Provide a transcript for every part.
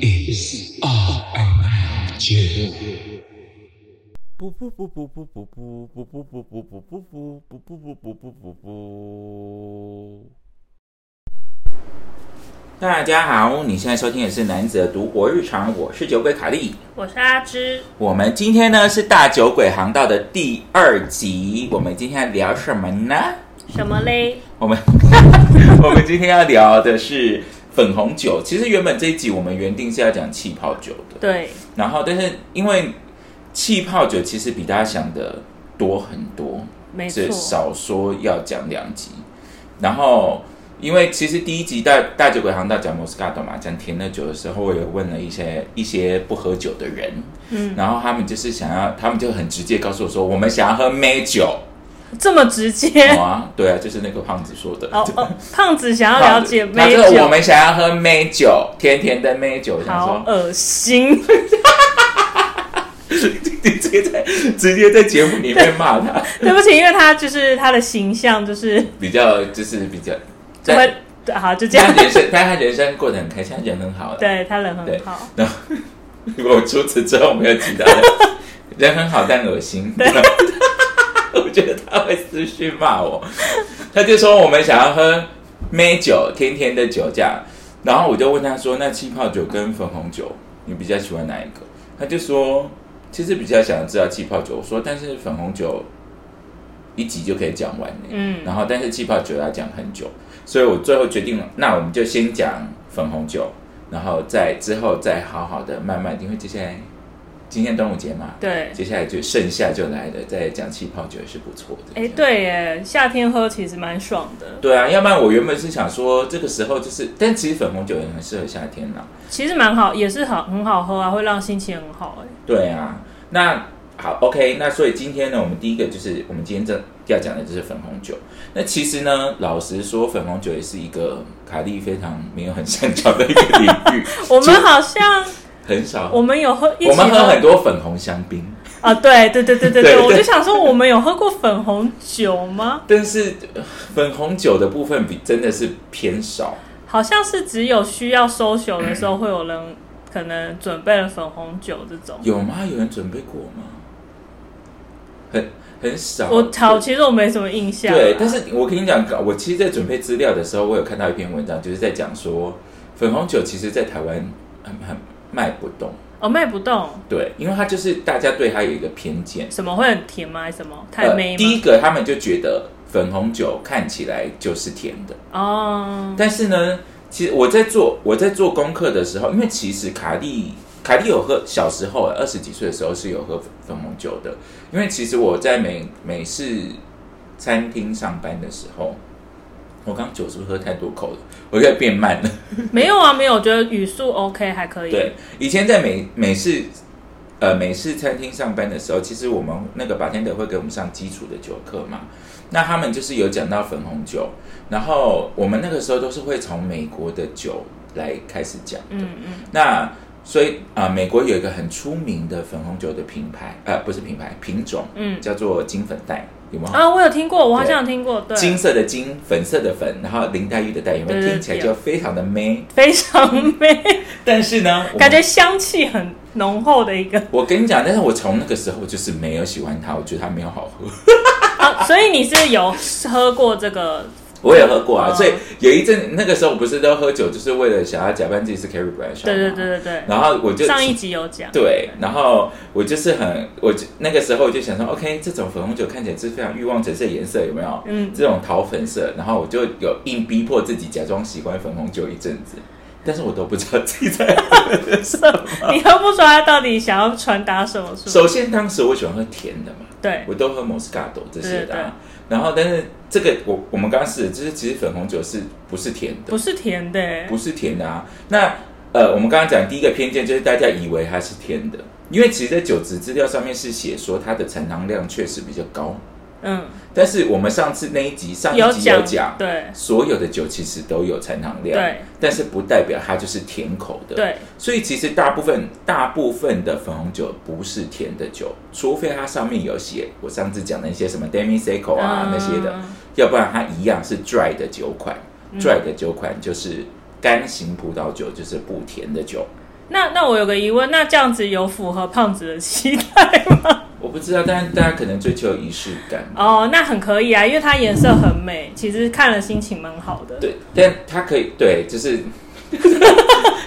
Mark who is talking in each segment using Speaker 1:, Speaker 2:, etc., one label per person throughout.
Speaker 1: is R and J.
Speaker 2: 不不不不不不不不不不不不不不不不不不不不不。大家好，你现在收听的是《男子的读博日常》，我是酒鬼卡莉。
Speaker 3: 我是阿芝，
Speaker 2: 我们今天呢是大酒鬼航道的第二集，我们今天要聊什么呢？
Speaker 3: 什么嘞？
Speaker 2: 我们 我们今天要聊的是粉红酒。其实原本这一集我们原定是要讲气泡酒的，
Speaker 3: 对，
Speaker 2: 然后但是因为气泡酒其实比大家想的多很多，
Speaker 3: 没
Speaker 2: 是
Speaker 3: 错，
Speaker 2: 少说要讲两集。然后，因为其实第一集大大酒鬼行大讲 Moscato 嘛，讲甜的酒的时候，我也问了一些一些不喝酒的人，
Speaker 3: 嗯，
Speaker 2: 然后他们就是想要，他们就很直接告诉我说，我们想要喝美 酒。
Speaker 3: 这么直接
Speaker 2: 哇、啊，对啊，就是那个胖子说的。
Speaker 3: 哦哦，胖子想要
Speaker 2: 胖
Speaker 3: 了
Speaker 2: 子
Speaker 3: 解
Speaker 2: 他
Speaker 3: 美
Speaker 2: 说我
Speaker 3: 酒，
Speaker 2: 们想要喝美酒，甜甜的美酒。我想
Speaker 3: 好
Speaker 2: 说，
Speaker 3: 恶心，
Speaker 2: 直接在直接在节目里面骂他，
Speaker 3: 对不起，因为他就是他的形象就是
Speaker 2: 比较就是比较，
Speaker 3: 就
Speaker 2: 在
Speaker 3: 会，对好就这
Speaker 2: 他
Speaker 3: 样，
Speaker 2: 人生，但他人生过得很开心，他人很好啦。
Speaker 3: 对他人
Speaker 2: 对
Speaker 3: 很好，
Speaker 2: 然后我除此之后没有其他的，人很好但恶心。 我觉得他会私讯骂我，他就说我们想要喝美酒，甜甜的酒这样。然后我就问他说，那气泡酒跟粉红酒，你比较喜欢哪一个？他就说，其实比较想知道气泡酒。我说，但是粉红酒一集就可以讲完呢。
Speaker 3: 嗯
Speaker 2: 然后但是气泡酒要讲很久，所以我最后决定了，那我们就先讲粉红酒，然后再之后再好好的慢慢，因为接下来今天端午节嘛，
Speaker 3: 对，
Speaker 2: 接下来就盛夏就来了，再讲气泡酒也是不错的。
Speaker 3: 哎，对耶，夏天喝其实蛮爽的，
Speaker 2: 对啊，要不然我原本是想说这个时候就是，但其实粉红酒也很适合夏天啦。
Speaker 3: 其实蛮好，也是好很好喝啊，会让心情很好，哎，
Speaker 2: 对啊，那好，OK，那所以今天呢，我们第一个就是我们今天这要讲的就是粉红酒。那其实呢，老实说，粉红酒也是一个卡莉非常没有很擅长的一个领域，
Speaker 3: 我们好像
Speaker 2: 很少。
Speaker 3: 我们有喝一
Speaker 2: 我
Speaker 3: 起
Speaker 2: 们喝很多粉红香槟，
Speaker 3: 啊，对对对对
Speaker 2: 对
Speaker 3: 对对，
Speaker 2: 对
Speaker 3: 我就想说我们有喝过粉红酒吗？
Speaker 2: 但是呃粉红酒的部分比真的是偏少。
Speaker 3: 好像是只有需要 social 的时候，会有人可能准备了粉红酒这种。
Speaker 2: 有吗？有人准备过吗？很很少。
Speaker 3: 我好，其实我没什么印象啊。
Speaker 2: 对，但是我跟你讲，我其实，在准备资料的时候，我有看到一篇文章，就是在讲说，粉红酒其实在台湾很很卖不动。
Speaker 3: 哦，卖不动，
Speaker 2: 对，因为它就是大家对它有一个偏见。
Speaker 3: 什么会很甜吗？还是什么太美
Speaker 2: 呃、
Speaker 3: 吗？
Speaker 2: 第一个，他们就觉得粉红酒看起来就是甜的，
Speaker 3: 哦，
Speaker 2: 但是呢，其实我在做我在做功课的时候，因为其实卡莉卡莉有喝，小时候啊二十几岁的时候是有喝粉红酒的，因为其实我在美美式餐厅上班的时候，我刚酒是不是喝太多口了？我现在变慢了。
Speaker 3: 没有啊，没有，我觉得语速 OK 还可以。
Speaker 2: 对，以前在美美式呃美式餐厅上班的时候，其实我们那个 bartender 会给我们上基础的酒课嘛。那他们就是有讲到粉红酒，然后我们那个时候都是会从美国的酒来开始讲。
Speaker 3: 嗯嗯，
Speaker 2: 那所以啊、呃美国有一个很出名的粉红酒的品牌，呃，不是品牌品种，
Speaker 3: 嗯
Speaker 2: 叫做金粉黛，有没有？
Speaker 3: 啊，我有听过，我好
Speaker 2: 对
Speaker 3: 像有听过，对，
Speaker 2: 金色的金，粉色的粉，然后林黛玉的黛，有没有？
Speaker 3: 对对
Speaker 2: 听起来
Speaker 3: 对
Speaker 2: 就非常的美。
Speaker 3: 非常美，
Speaker 2: 但是呢，我们
Speaker 3: 感觉香气很浓厚的一 个
Speaker 2: 我跟你讲，但是我从那个时候就是没有喜欢它，我觉得它没有好喝。
Speaker 3: 啊，所以你是有喝过这个
Speaker 2: 我也喝过啊，
Speaker 3: 哦
Speaker 2: 所以有一阵那个时候不是都喝酒，就是为了想要假扮自己是 Carrie Bradshaw。
Speaker 3: 对对。对对
Speaker 2: 然后我就
Speaker 3: 对，上一集有讲，
Speaker 2: 对，然后我就是很，我就那个时候我就想说，OK，这种粉红酒看起来是非常欲望橙色颜色，有没有？
Speaker 3: 嗯
Speaker 2: 这种桃粉色，然后我就有硬逼迫自己假装喜欢粉红酒一阵子，但是我都不知道自己在
Speaker 3: 你喝不出来他到底想要传达什么？是吗？
Speaker 2: 首先，当时我喜欢喝甜的嘛，
Speaker 3: 对，
Speaker 2: 我都喝 Moscato 这些的、
Speaker 3: 对对对
Speaker 2: 啊。然后，但是这个我我们刚刚试的，就是其实粉红酒是不是甜的？
Speaker 3: 不是甜的欸，
Speaker 2: 不是甜的啊。那呃，我们刚刚讲第一个偏见就是大家以为它是甜的，因为其实在酒质资料上面是写说它的残糖量确实比较高，
Speaker 3: 嗯，
Speaker 2: 但是我们上次那一集上一集有
Speaker 3: 讲
Speaker 2: 讲，
Speaker 3: 对
Speaker 2: 所有的酒其实都有残糖量，
Speaker 3: 对，
Speaker 2: 但是不代表它就是甜口的，
Speaker 3: 对，
Speaker 2: 所以其实大部分大部分的粉红酒不是甜的酒，除非它上面有写我上次讲的一些什么 demi seco 啊、
Speaker 3: 嗯
Speaker 2: 那些的，要不然它一样是 dry
Speaker 3: 嗯
Speaker 2: 的酒款。dry 的酒款就是干型葡萄酒，就是不甜的酒。
Speaker 3: 那那我有个疑问，那这样子有符合胖子的期待 吗？
Speaker 2: 我不知道，但是大家可能追求仪式感。
Speaker 3: 哦，那很可以啊，因为它颜色很美，其实看了心情蛮好的。
Speaker 2: 对，但他可以对， 就是，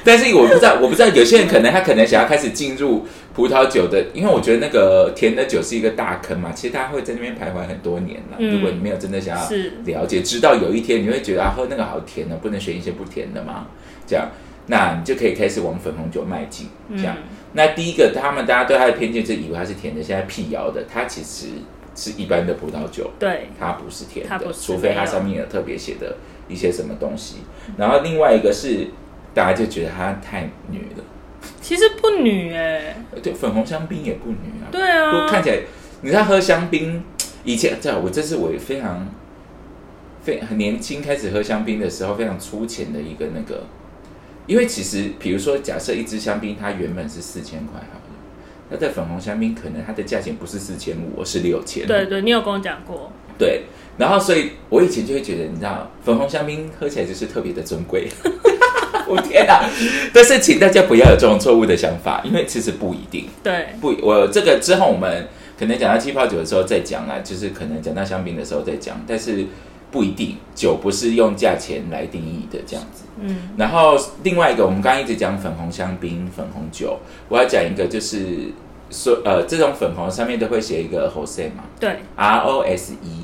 Speaker 2: 但是我不知道，我不知道有些人可能他可能想要开始进入葡萄酒的，因为我觉得那个甜的酒是一个大坑嘛，其实他会在那边徘徊很多年了。
Speaker 3: 嗯
Speaker 2: 如果你没有真的想要
Speaker 3: 是
Speaker 2: 了解，直到有一天你会觉得啊，喝那个好甜哦，不能选一些不甜的嘛，这样，那你就可以开始往粉红酒迈进，这样。
Speaker 3: 嗯
Speaker 2: 那第一个，他们大家对它的偏见是以为它是甜的，现在辟谣的，它其实是一般的葡萄酒。
Speaker 3: 对，
Speaker 2: 它不是甜
Speaker 3: 它
Speaker 2: 的，
Speaker 3: 不是
Speaker 2: 除非它上面有特别写的一些什么东西。然后另外一个是，大家就觉得它太女了，
Speaker 3: 其实不女哎、
Speaker 2: 对，粉红香槟也不女啊，
Speaker 3: 对啊
Speaker 2: 都看起来，你知道喝香槟，以前在我这是我非常非很年轻开始喝香槟的时候非常粗浅的一个那个，因为其实比如说假设一支香槟它原本是四千块好了，那在粉红香槟可能它的价钱不是四千五，而是六千，
Speaker 3: 对对，你有跟我讲过，
Speaker 2: 对，然后所以我以前就会觉得，你知道，粉红香槟喝起来就是特别的尊贵。 我天哪！但是请大家不要有这种错误的想法，因为其实不一定。
Speaker 3: 对，
Speaker 2: 不，我这个之后我们可能讲到气泡酒的时候再讲啦，就是可能讲到香槟的时候再讲，但是不一定，酒不是用价钱来定义的这样子。
Speaker 3: 嗯，
Speaker 2: 然后另外一个，我们刚刚一直讲粉红香槟、粉红酒，我要讲一个就是说，呃，这种粉红上面都会写一个 Jose 嘛，
Speaker 3: 对，
Speaker 2: R O S E。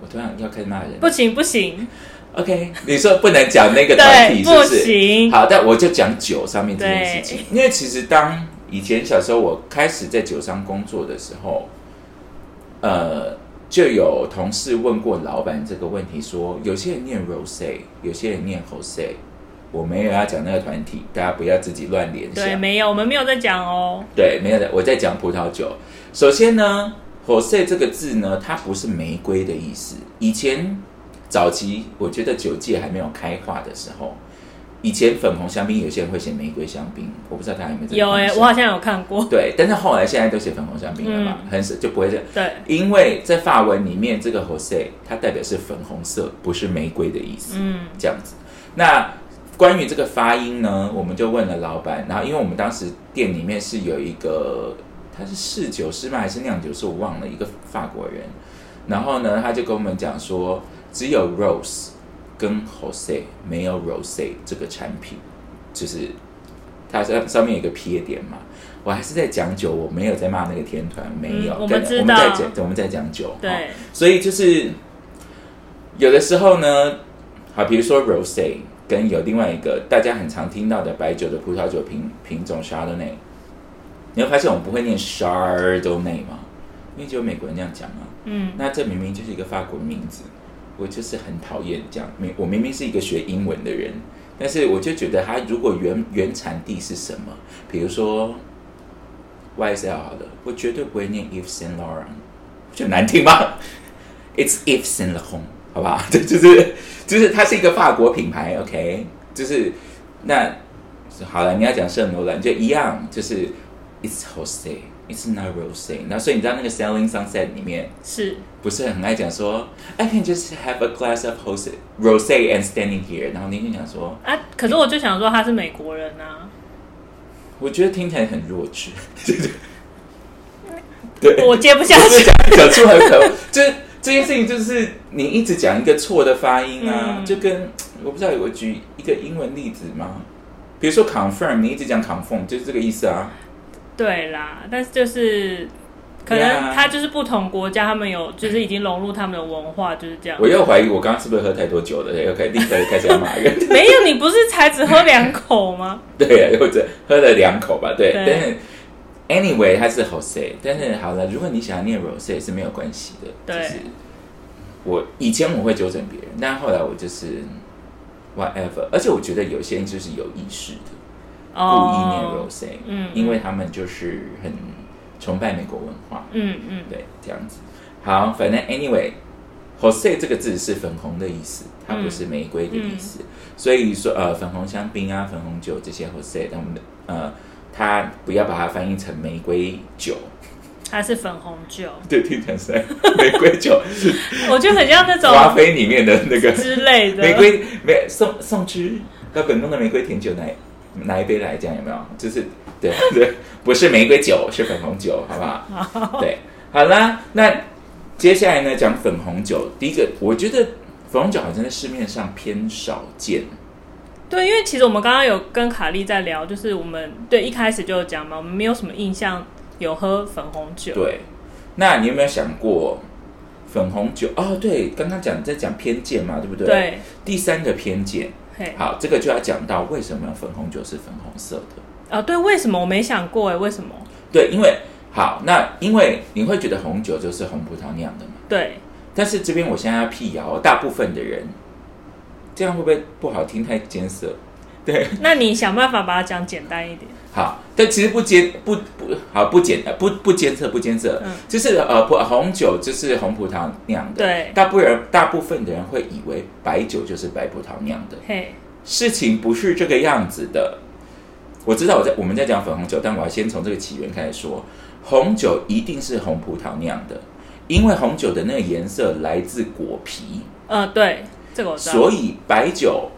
Speaker 2: 我突然要开始骂人。
Speaker 3: 不行不行，
Speaker 2: OK，你说不能讲那个团
Speaker 3: 对，
Speaker 2: 体是不
Speaker 3: 不
Speaker 2: 是？
Speaker 3: 行，
Speaker 2: 好，但我就讲酒上面这件事情，因为其实当以前小时候我开始在酒商工作的时候，呃，就有同事问过老板这个问题说有些人念 Rose，有些人念 Jose。我没有要讲那个团体，大家不啊要自己乱联想。
Speaker 3: 对，没有，我们没有在讲哦，
Speaker 2: 对，没有的，我在讲葡萄酒。首先呢，Jose 这个字呢，它不是玫瑰的意思。以前早期，我觉得酒界还没有开化的时候，以前粉红香槟有些人会写玫瑰香槟，我不知道大家有没有这个
Speaker 3: 有哎、
Speaker 2: 印象
Speaker 3: 我好像有看过，
Speaker 2: 对，但是后来现在都写粉红香槟了嘛，
Speaker 3: 嗯
Speaker 2: 很少就不会这样。
Speaker 3: 对，
Speaker 2: 因为在法文里面，这个 Jose 它代表是粉红色，不是玫瑰的意思。
Speaker 3: 嗯，
Speaker 2: 这样子。那关于这个发音呢，我们就问了老板，然后因为我们当时店里面是有一个他是侍酒师吗还是酿酒师，我忘了，一个法国人。然后呢，他就跟我们讲说，只有 Rose 跟 Jose 没有 Rose 这个产品，就是它上上面有一个撇点嘛。我还是在讲酒，我没有在骂那个天团，没有。
Speaker 3: 嗯我
Speaker 2: 对
Speaker 3: 们
Speaker 2: 的
Speaker 3: 知
Speaker 2: 我们在
Speaker 3: 道
Speaker 2: 讲，我们在讲酒。
Speaker 3: 对
Speaker 2: 哦所以就是有的时候呢，好，比如说 rosé 跟有另外一个大家很常听到的白酒的葡萄酒品品种 chardonnay，你会发现我们不会念 chardonnay 吗？因为只有美国人这样讲啊。
Speaker 3: 嗯，
Speaker 2: 那这明明就是一个法国名字，我就是很讨厌这样。明我明明是一个学英文的人，但是我就觉得它如果原原产地是什么，比如说 YSL 好了，我绝对不会念 Yves Saint Laurent，就难听吗？It's Yves Saint Laurent，好 吧？这就是就是它是一个法国品牌，OK？就是那好了，你要讲圣罗兰就一样，就是 It's Jose。It's not rosé，那所以你知道那个《Selling Sunset》里面，
Speaker 3: 是，
Speaker 2: 不是很爱讲说，I can just have a glass of rosé rosé and standing here。然后你就想说，
Speaker 3: 啊，可是我就想说他是美国人啊，
Speaker 2: 我觉得听起来很弱智， 对，
Speaker 3: 我接不 下
Speaker 2: 不是
Speaker 3: 去，
Speaker 2: 讲讲出很可， 就是这件事情就是你一直讲一个错的发音啊，
Speaker 3: 嗯
Speaker 2: 就跟我不知道我举一个英文例子吗？比如说 confirm，你一直讲 confirm 就是这个意思啊。
Speaker 3: 对啦，但是就是。可
Speaker 2: 对啊
Speaker 3: 能他就是不同国家，他们有就是已经融入他们的文化，就是这样
Speaker 2: 我。又怀疑我刚刚是不是喝太多酒了？OK，立刻开始要骂人。
Speaker 3: 没有，你不是才只喝两口吗？
Speaker 2: 对，或者喝了两口吧，对。
Speaker 3: 对
Speaker 2: 但是 anyway，它是 Jose，但是好了，如果你想要念 Rose 也是没有关系的。就
Speaker 3: 对
Speaker 2: 是我以前我会纠正别人，但后来我就是 whatever，而且我觉得有些人就是有意识的 故意念 Rose，、
Speaker 3: 嗯
Speaker 2: 因为他们就是很崇拜美国文化，
Speaker 3: 嗯嗯，
Speaker 2: 对，这样子。好，反正 anyway。Jose 这个字是粉红的意思，它不是玫瑰的意
Speaker 3: 嗯
Speaker 2: 思。所以说，呃，粉红香槟啊、粉红酒这些 Jose，他们的呃，它不要把它翻译成玫瑰酒，
Speaker 3: 它是粉红酒，
Speaker 2: 对，听起来是玫瑰 酒，
Speaker 3: 我觉得很像那
Speaker 2: 华
Speaker 3: 种
Speaker 2: 妃里面的那个
Speaker 3: 之类的
Speaker 2: 玫瑰玫宋宋之高本宫的玫瑰甜酒奶拿一杯来讲有没有？就是对 对，不是玫瑰酒，是粉红酒，好不好？
Speaker 3: 哦
Speaker 2: 对，好啦，那接下来呢，讲粉红酒。第一个，我觉得粉红酒好像在市面上偏少见，
Speaker 3: 对，因为其实我们刚刚有跟卡莉在聊，就是我们对一开始就有讲嘛，我们没有什么印象有喝粉红酒。，
Speaker 2: 对，那你有没有想过粉红酒？哦，对，刚刚讲在讲偏见嘛，对不对？
Speaker 3: 对。
Speaker 2: 第三个偏见，
Speaker 3: 嘿，
Speaker 2: 好，这个就要讲到为什么粉红酒是粉红色的。
Speaker 3: 啊，对，为什么我没想过？哎，为什么？
Speaker 2: 对，因为好，那因为你会觉得红酒就是红葡萄酿的嘛。
Speaker 3: 对，
Speaker 2: 但是这边我现在要辟谣，大部分的人这样会不会不好听？太艰涩。对，
Speaker 3: 那你想办法把它讲简单一点。
Speaker 2: 好，但其实不监不不好不简不不监测不监测，
Speaker 3: 嗯
Speaker 2: 就是呃葡红酒就是红葡萄酿的，
Speaker 3: 对
Speaker 2: 大部分人大部分的人会以为白酒就是白葡萄酿的，
Speaker 3: 嘿，
Speaker 2: 事情不是这个样子的。我知道我在我们在讲粉红酒，但我要先从这个起源开始说，红酒一定是红葡萄酿的，因为红酒的那个颜色来自果皮，
Speaker 3: 呃，对，这个我知道。
Speaker 2: 所以白酒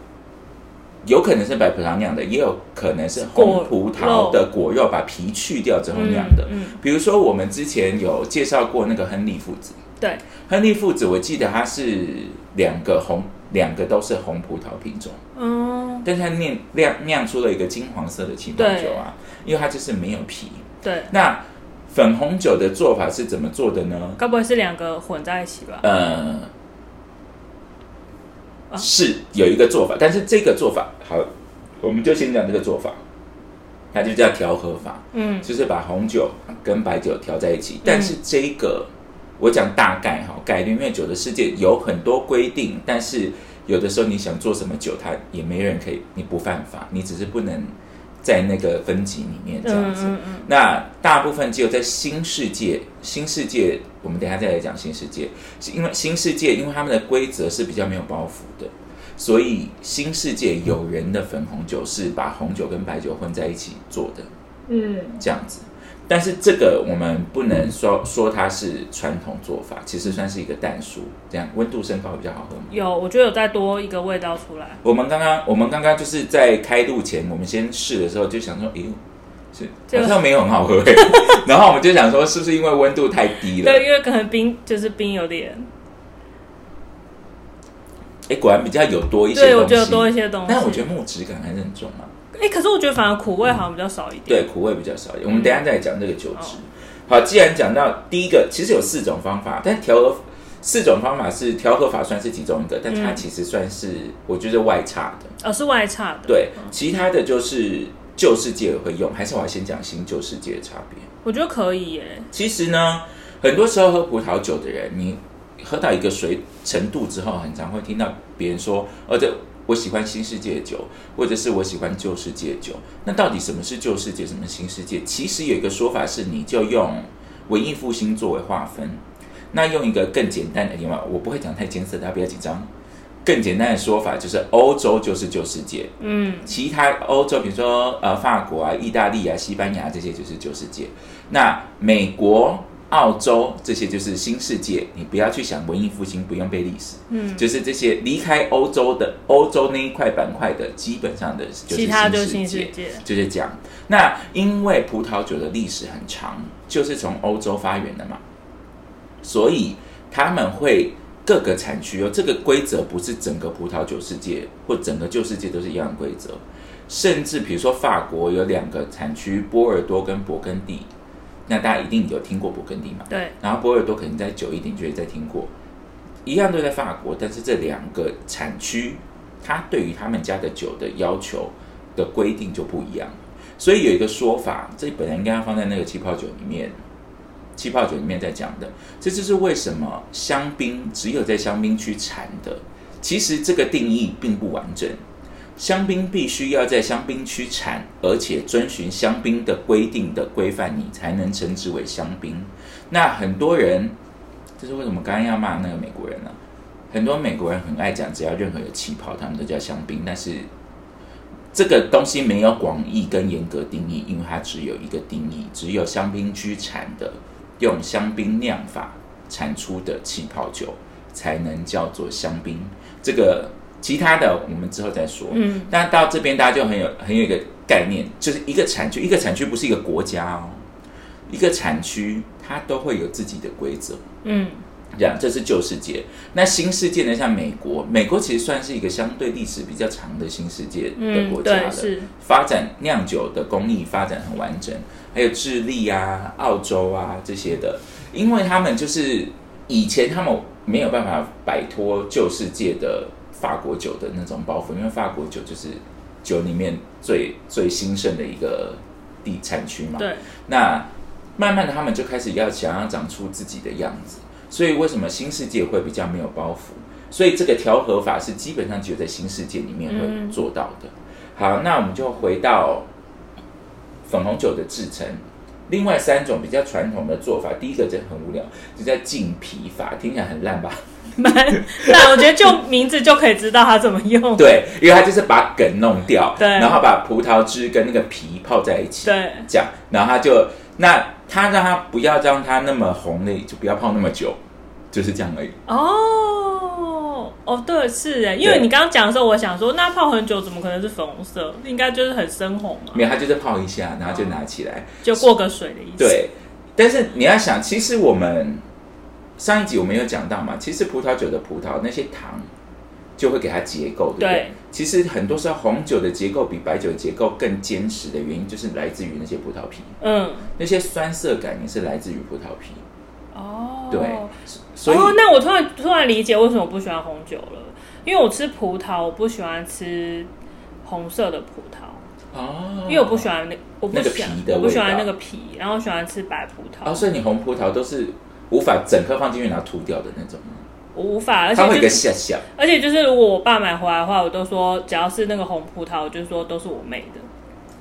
Speaker 2: 有可能是白葡萄酿的，也有可能是红葡萄的果肉把皮去掉之后酿的。
Speaker 3: 嗯嗯
Speaker 2: 比如说，我们之前有介绍过那个亨利父子，
Speaker 3: 对，
Speaker 2: 亨利父子我记得他是两个红，两个都是红葡萄品种，
Speaker 3: 嗯，
Speaker 2: 但是他酿酿酿出了一个金黄色的气泡酒啊，因为它就是没有皮。
Speaker 3: 对，
Speaker 2: 那粉红酒的做法是怎么做的呢？
Speaker 3: 该不会是两个混在一起吧？
Speaker 2: 呃，
Speaker 3: 啊
Speaker 2: 是有一个做法，但是这个做法好，我们就先讲这个做法，它就叫调和法，
Speaker 3: 嗯，
Speaker 2: 就是把红酒跟白酒调在一起。但是这
Speaker 3: 嗯
Speaker 2: 一个我讲大概哈，概率因为酒的世界有很多规定，但是有的时候你想做什么酒，它也没人可以，你不犯法，你只是不能在那个分级里面这样
Speaker 3: 嗯
Speaker 2: 子。
Speaker 3: 嗯嗯，
Speaker 2: 那大部分只有在新世界，新世界我们等一下再来讲新世界，是因为新世界因为他们的规则是比较没有包袱的，所以新世界有人的粉红酒是把红酒跟白酒混在一起做的，嗯，这样子。但是这个我们不能说说它是传统做法，其实算是一个淡疏，这样温度升高比较好喝嘛。
Speaker 3: 有，我觉得有再多一个味道出来。
Speaker 2: 我们刚刚我们刚刚就是在开录前，我们先试的时候就想说，哎呦，
Speaker 3: 这
Speaker 2: 是
Speaker 3: 个
Speaker 2: 好像没有很好 喝、欸，然后我们就想说，是不是因为温度太低了？
Speaker 3: 对，因为可能冰就是冰有点，
Speaker 2: 哎，果然比较有多一些东西，
Speaker 3: 对我觉得有多一些东西。
Speaker 2: 但我觉得木质感还是很重啊，
Speaker 3: 哎、可是我觉得反而苦味好像比较少一点。
Speaker 2: 对，苦味比较少一点。我们等一下再来讲这个酒质。
Speaker 3: 哦
Speaker 2: 好，既然讲到第一个，其实有四种方法，但调和四种方法是调和法算是其中一个，但它
Speaker 3: 嗯
Speaker 2: 其实算是、我觉得外差的。
Speaker 3: 哦，是外差的。
Speaker 2: 对，
Speaker 3: 嗯
Speaker 2: 其他的就是旧世界会用，还是我要先讲新旧世界的差别。
Speaker 3: 我觉得可以耶。
Speaker 2: 其实呢，很多时候喝葡萄酒的人，你喝到一个水程度之后，很常会听到别人说：“哦，这我喜欢新世界的酒，或者是我喜欢旧世界的酒。”那到底什么是旧世界，什么是新世界？其实有一个说法是，你就用文艺复兴作为划分。那用一个更简单的，另外我不会讲太艰涩，大家不要紧张。更简单的说法就是，欧洲就是旧世界，
Speaker 3: 嗯，
Speaker 2: 其他欧洲，比如说呃法国啊、意大利啊、西班牙这些就是旧世界。那美国、澳洲这些就是新世界。你不要去想文艺复兴，不用背历史，嗯，就是这些离开欧洲的欧洲那一块板块的，基本上的就是
Speaker 3: 其他就是
Speaker 2: 新
Speaker 3: 新
Speaker 2: 世
Speaker 3: 世
Speaker 2: 界。
Speaker 3: 界。
Speaker 2: 就是这样。那因为葡萄酒的历史很长，就是从欧洲发源的嘛，所以他们会各个产区哦，这个规则不是整个葡萄酒世界或整个旧世界都是一样的规则，甚至比如说法国有两个产区，波尔多跟勃艮第，那大家一定有听过勃艮第嘛？
Speaker 3: 对，
Speaker 2: 然后波尔多可能再久一点就会再听过，一样都在法国，但是这两个产区，它对于他们家的酒的要求的规定就不一样。所以有一个说法，这本来应该要放在那个气泡酒里面，气泡酒里面在讲的，这就是为什么香槟只有在香槟区产的。其实这个定义并不完整，香槟必须要在香槟区产，而且遵循香槟的规定的规范，你才能称之为香槟。那很多人，这是为什么刚刚要骂那个美国人呢、很多美国人很爱讲，只要任何有气泡，他们都叫香槟。但是这个东西没有广义跟严格定义，因为它只有一个定义，只有香槟区产的用香槟酿法产出的气泡酒才能叫做香槟。这个其他的我们之后再说。
Speaker 3: 嗯，
Speaker 2: 但到这边大家就很有很有一个概念，就是一个产区，一个产区不是一个国家哦，一个产区它都会有自己的规则。
Speaker 3: 嗯
Speaker 2: 这样，这是旧世界。那新世界呢？像美国，美国其实算是一个相对历史比较长的新世界的国
Speaker 3: 嗯，
Speaker 2: 家了。
Speaker 3: 对，是，
Speaker 2: 发展酿酒的工艺发展很完整，还有智利啊、澳洲啊这些的，因为他们就是以前他们没有办法摆脱旧世界的法国酒的那种包袱，因为法国酒就是酒里面最最兴盛的一个地产区嘛。
Speaker 3: 对，
Speaker 2: 那慢慢的，他们就开始要想要长出自己的样子。所以为什么新世界会比较没有包袱？所以这个调和法是基本上只有在新世界里面会
Speaker 3: 嗯
Speaker 2: 做到的。好，那我们就回到粉红酒的制成。另外三种比较传统的做法，第一个真的很无聊，就叫浸皮法，听起来很烂吧？
Speaker 3: 蛮，那我觉 得就名字就可以知道它怎么用。
Speaker 2: 对，因为它就是把梗弄掉，
Speaker 3: 对
Speaker 2: 然后把葡萄汁跟那个皮泡在一起，
Speaker 3: 对
Speaker 2: 这样，然后他就那他让他不要让它那么红的，就不要泡那么久，就是这样而已。
Speaker 3: 哦哦，对，是哎，因为
Speaker 2: 对
Speaker 3: 你刚刚讲的时候，我想说，那泡很久怎么可能是粉红色？应该就是很深红嘛，
Speaker 2: 没有，他就是泡一下，然后就拿起来。
Speaker 3: 就过个水的意思。，
Speaker 2: 对，但是你要想，其实我们上一集我们有讲到嘛，其实葡萄酒的葡萄那些糖就会给它结构，对不对？
Speaker 3: 对
Speaker 2: 其实很多时候红酒的结构比白酒的结构更坚实的原因，就是来自于那些葡萄皮，
Speaker 3: 嗯，
Speaker 2: 那些酸涩感也是来自于葡萄皮。
Speaker 3: 哦，
Speaker 2: 对，所以、
Speaker 3: 哦，那我突然突然理解为什么我不喜欢红酒了，因为我吃葡萄，我不喜欢吃红色的葡萄，
Speaker 2: 哦
Speaker 3: 因为我不喜欢那我不
Speaker 2: 那个
Speaker 3: 喜欢
Speaker 2: 皮的
Speaker 3: 我不喜
Speaker 2: 味
Speaker 3: 欢
Speaker 2: 道
Speaker 3: 那个皮，然后喜欢吃白葡萄，
Speaker 2: 哦，所以你红葡萄都是无法整颗放进去然后吐掉的那种吗，
Speaker 3: 我无法，而
Speaker 2: 它会有
Speaker 3: 且
Speaker 2: 一个
Speaker 3: 就是
Speaker 2: 下下
Speaker 3: 而且就是如果我爸买回来的话，我都说只要是那个红葡萄，我就说都是我妹的，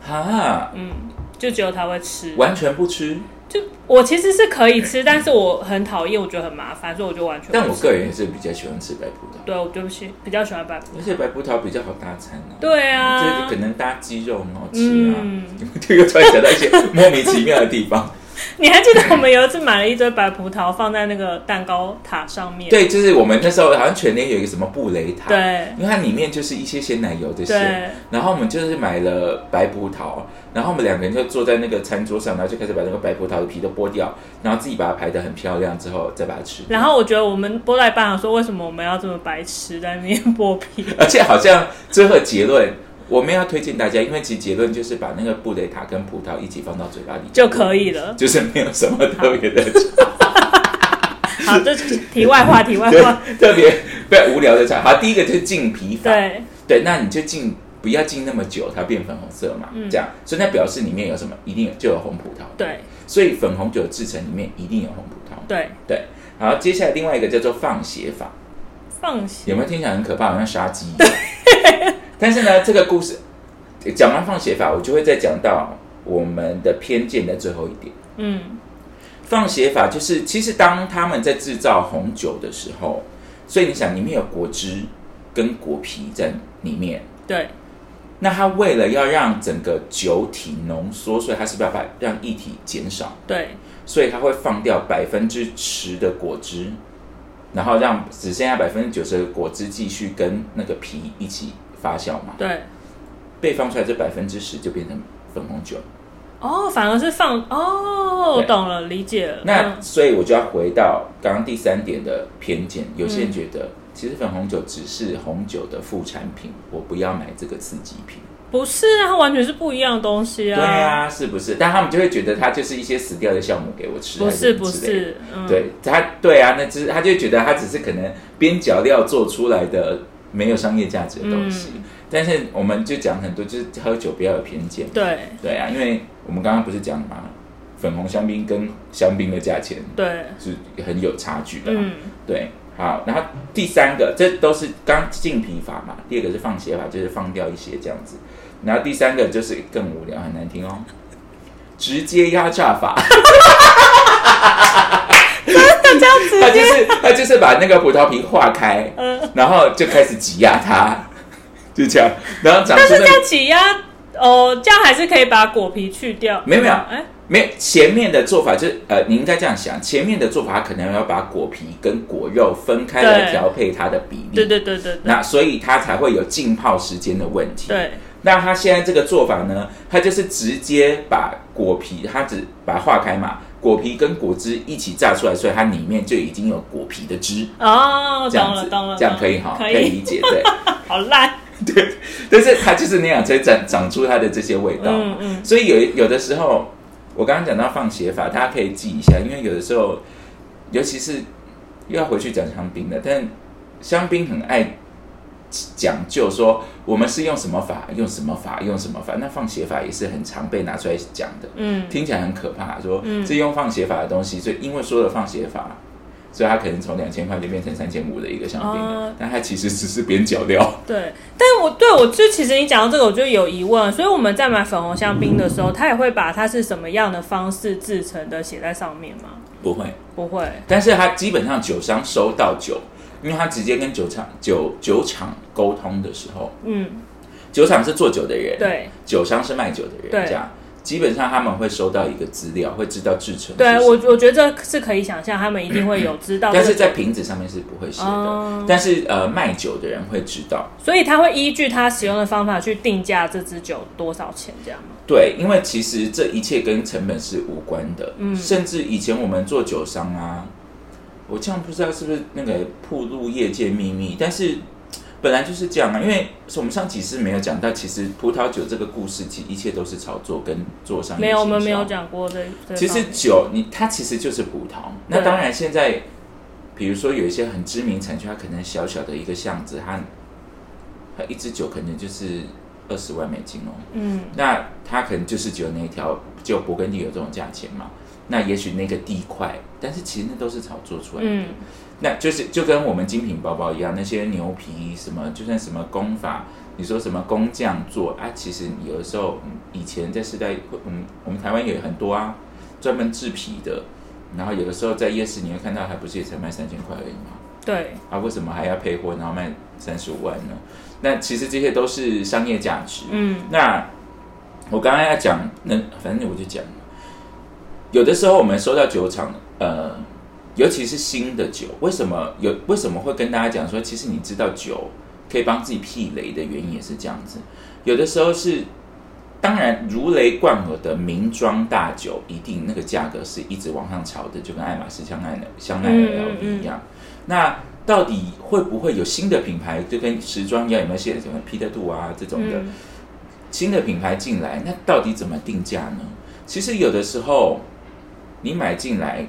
Speaker 2: 哈，
Speaker 3: 嗯，就只有她会吃。
Speaker 2: 完全不吃。
Speaker 3: 就我其实是可以吃，但是我很讨厌，我觉得很麻烦，所以我就完全不吃。
Speaker 2: 但我个人也是比较喜欢吃白葡萄，
Speaker 3: 对我就不喜比较喜欢白葡萄。
Speaker 2: 而且白葡萄比较好搭餐啊。
Speaker 3: 对
Speaker 2: 就是
Speaker 3: 啊
Speaker 2: 可，能搭鸡肉很好吃啊，
Speaker 3: 嗯，
Speaker 2: 就又突然想到一些莫名其妙的地 方。
Speaker 3: 你还记得我们有一次买了一堆白葡萄放在那个蛋糕塔上面？
Speaker 2: 对，就是我们那时候好像全年有一个什么布雷塔，
Speaker 3: 对
Speaker 2: 因为它里面就是一些鲜奶油这些，
Speaker 3: 对
Speaker 2: 然后我们就是买了白葡萄，然后我们两个人就坐在那个餐桌上，然后就开始把那个白葡萄的皮都剥掉，然后自己把它排得很漂亮之后再把它吃。
Speaker 3: 然后我觉得我们波代班长说，为什么我们要这么白痴在那边剥皮？
Speaker 2: 而且好像最后结论，我们要推荐大家，因为其实结论就是把那个布雷塔跟葡萄一起放到嘴巴里
Speaker 3: 就可以 了
Speaker 2: 就是没有什么特别 的，
Speaker 3: 好，这是题外话，题外
Speaker 2: 对
Speaker 3: 话。，
Speaker 2: 特别不要无聊的茶。好，第一个就是浸皮法，
Speaker 3: 对，
Speaker 2: 对那你就浸不要浸那么久，它变粉红色嘛，
Speaker 3: 嗯
Speaker 2: 这样，所以那表示里面有什么，一定有就有红葡萄，，
Speaker 3: 对，
Speaker 2: 所以粉红酒制成里面一定有红葡萄，
Speaker 3: 对，
Speaker 2: 对。好，接下来另外一个叫做放血法，
Speaker 3: 放血
Speaker 2: 有没有听起来很可怕，好像杀鸡一样？ 但是呢，这个故事讲完放血法，我就会再讲到我们的偏见的最后一点。
Speaker 3: 嗯
Speaker 2: 放血法就是，其实当他们在制造红酒的时候，所以你想，里面有果汁跟果皮在里面。
Speaker 3: 对，
Speaker 2: 那它为了要让整个酒体浓缩，所以它是不是要把让液体减少？
Speaker 3: 对，
Speaker 2: 所以它会放掉百分之十的果汁，然后让只剩下百分之九十的果汁继续跟那个皮一起发酵嘛。
Speaker 3: 对。
Speaker 2: 被放出来这百分之十就变成粉红酒。
Speaker 3: 哦，反而是放哦，我
Speaker 2: 对
Speaker 3: 懂了，理解了。
Speaker 2: 那
Speaker 3: 嗯
Speaker 2: 所以我就要回到刚刚第三点的偏见，有些人觉得其实粉红酒只是红酒的副产品，我不要买这个刺激品。
Speaker 3: 不是啊，它完全是不一样的东西啊。
Speaker 2: 对，啊，是不是？但他们就会觉得它就是一些死掉的酵母给我吃，
Speaker 3: 不
Speaker 2: 还
Speaker 3: 是
Speaker 2: 什
Speaker 3: 不
Speaker 2: 么之类的
Speaker 3: 是，嗯，
Speaker 2: 对他，对啊，那只是他就觉得他只是可能边角料做出来的没有商业价值的东西。
Speaker 3: 嗯
Speaker 2: 但是我们就讲很多，就是喝酒不要有偏见。
Speaker 3: 对
Speaker 2: 对啊，因为我们刚刚不是讲嘛，粉红香槟跟香槟的价钱
Speaker 3: 对，
Speaker 2: 是很有差距的嘛。
Speaker 3: 嗯
Speaker 2: 对，好，然后第三个，这都是刚进皮法嘛，第二个是放血法，就是放掉一些这样子。然后第三个就是更无聊，很难听哦，直接压榨法。真的这样子？他就是他就是把那个葡萄皮化开，
Speaker 3: 嗯，
Speaker 2: 然后就开始挤压它，就这样，然后长
Speaker 3: 但
Speaker 2: 出
Speaker 3: 是
Speaker 2: 那
Speaker 3: 这样挤压，哦，这样还是可以把果皮去掉。
Speaker 2: 没有没有
Speaker 3: 哎、
Speaker 2: 没有前面的做法就是呃，你应该这样想，前面的做法可能要把果皮跟果肉分开来
Speaker 3: 对
Speaker 2: 调配它的比例，
Speaker 3: 对对对对对
Speaker 2: 那所以它才会有浸泡时间的问题。，
Speaker 3: 对，
Speaker 2: 那它现在这个做法呢，它就是直接把果皮，它只把它化开嘛，果皮跟果汁一起榨出来，所以它里面就已经有果皮的汁，
Speaker 3: 哦，
Speaker 2: 这样
Speaker 3: 懂
Speaker 2: 子
Speaker 3: 了懂了，
Speaker 2: 这样可以
Speaker 3: 懂
Speaker 2: 哈，
Speaker 3: 了
Speaker 2: 可
Speaker 3: 可
Speaker 2: 以理解对。
Speaker 3: 好烂，
Speaker 2: 对，但是它就是那样才长长出它的这些味道。
Speaker 3: 嗯嗯
Speaker 2: 所以有有的时候，我刚刚讲到放血法，大家可以记一下，因为有的时候，尤其是又要回去讲香槟的，但香槟很爱讲究说我们是用什么法，用什么法，用什么法。那放血法也是很常被拿出来讲的，
Speaker 3: 嗯，
Speaker 2: 听起来很可怕，说
Speaker 3: 嗯
Speaker 2: 是用放血法的东西，所以因为说了放血法。所以它可能从两千块就变成三千五的一个香槟了，
Speaker 3: 哦
Speaker 2: 但它其实只是边角料。
Speaker 3: 对。但我对我就其实你讲到这个，我就有疑问，所以我们在买粉红香槟的时候，他也会把它是什么样的方式制成的写在上面吗？
Speaker 2: 不会，
Speaker 3: 不会，
Speaker 2: 但是他基本上酒商收到酒，因为他直接跟酒厂酒酒厂沟通的时候，
Speaker 3: 嗯，
Speaker 2: 酒厂是做酒的人，，
Speaker 3: 对
Speaker 2: 酒商是卖酒的人，
Speaker 3: 对
Speaker 2: 这样基本上他们会收到一个资料，会知道制成是
Speaker 3: 对，
Speaker 2: 什么
Speaker 3: 我我觉得这是可以想象，他们一定会有知道这
Speaker 2: 但
Speaker 3: 个酒，
Speaker 2: 是在瓶子上面是不会写的，
Speaker 3: 哦
Speaker 2: 但是呃卖酒的人会知道，
Speaker 3: 所以他会依据他使用的方法去定价这支酒多少钱，这样吗？
Speaker 2: 对，因为其实这一切跟成本是无关的，
Speaker 3: 嗯
Speaker 2: 甚至以前我们做酒商啊，我这样不知道是不是那个铺路业界秘密，但是本来就是这样啊，因为我们上几次没有讲到，其实葡萄酒这个故事，其实一切都是炒作跟做商业
Speaker 3: 没有，我
Speaker 2: 行
Speaker 3: 们没有
Speaker 2: 销
Speaker 3: 讲过这。这
Speaker 2: 其
Speaker 3: 方
Speaker 2: 实
Speaker 3: 面
Speaker 2: 酒，你它其实就是葡萄。那
Speaker 3: 对
Speaker 2: 当然，现在比如说有一些很知名产区，它可能小小的一个巷子，它它一支酒可能就是二十万美金哦。
Speaker 3: 嗯，
Speaker 2: 那它可能就是只有那一条，只有勃艮第有这种价钱嘛。那也许那个地块，但是其实那都是炒作出来的。
Speaker 3: 嗯，
Speaker 2: 那就是就跟我们精品包包一样，那些牛皮什么，就算什么工法，你说什么工匠做啊，其实有的时候嗯以前在世代，嗯，我们台湾也很多啊，专门制皮的，然后有的时候在夜市你会看到，还不是也才卖三千块而已吗？
Speaker 3: 对，
Speaker 2: 啊，为什么还要配货，然后卖三十五万呢？那其实这些都是商业价值，
Speaker 3: 嗯
Speaker 2: 那我刚刚要讲，那反正我就讲了，有的时候我们收到酒厂，呃，尤其是新的酒，为什么有为什么会跟大家讲说，其实你知道酒可以帮自己避雷的原因也是这样子，有的时候是。当然，如雷贯耳的名庄大酒，一定那个价格是一直往上炒的，就跟爱马仕、香奈儿、香奈儿
Speaker 3: 嗯嗯
Speaker 2: LV 一样。那到底会不会有新的品牌，就跟时装一样，有没有现在什么 Peter Do 啊这种的？
Speaker 3: 嗯
Speaker 2: 新的品牌进来，那到底怎么定价呢？其实有的时候，你买进来，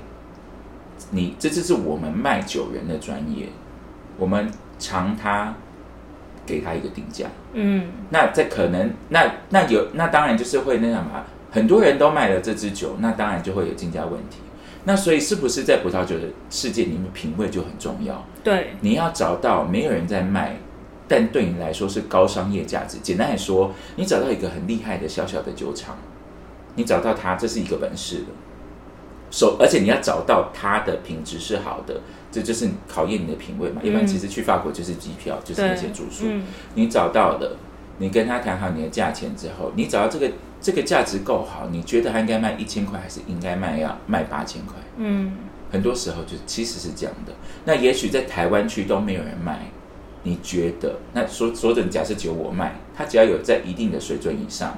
Speaker 2: 你这就是我们卖酒人的专业，我们尝它，给它一个定价。
Speaker 3: 嗯，
Speaker 2: 那这可能，那那有，那当然就是会那样嘛。很多人都卖了这支酒，那当然就会有竞价问题。那所以是不是在葡萄酒的世界里面，品味就很重要？
Speaker 3: 对，
Speaker 2: 你要找到没有人在卖，但对你来说是高商业价值。简单来说，你找到一个很厉害的小小的酒厂，你找到它，这是一个本事的。首，而且你要找到它的品质是好的，这就是考验你的品味嘛。一般
Speaker 3: 嗯
Speaker 2: 其实去法国就是机票，就是
Speaker 3: 对
Speaker 2: 那些住宿。
Speaker 3: 嗯
Speaker 2: 你找到了，你跟他谈好你的价钱之后，你找到这个这个价值够好，你觉得他应该卖一千块，还是应该卖要卖八千块？
Speaker 3: 嗯，
Speaker 2: 很多时候就其实是这样的。那也许在台湾区都没有人卖，你觉得？那说说真的，假设只有我卖，它只要有在一定的水准以上，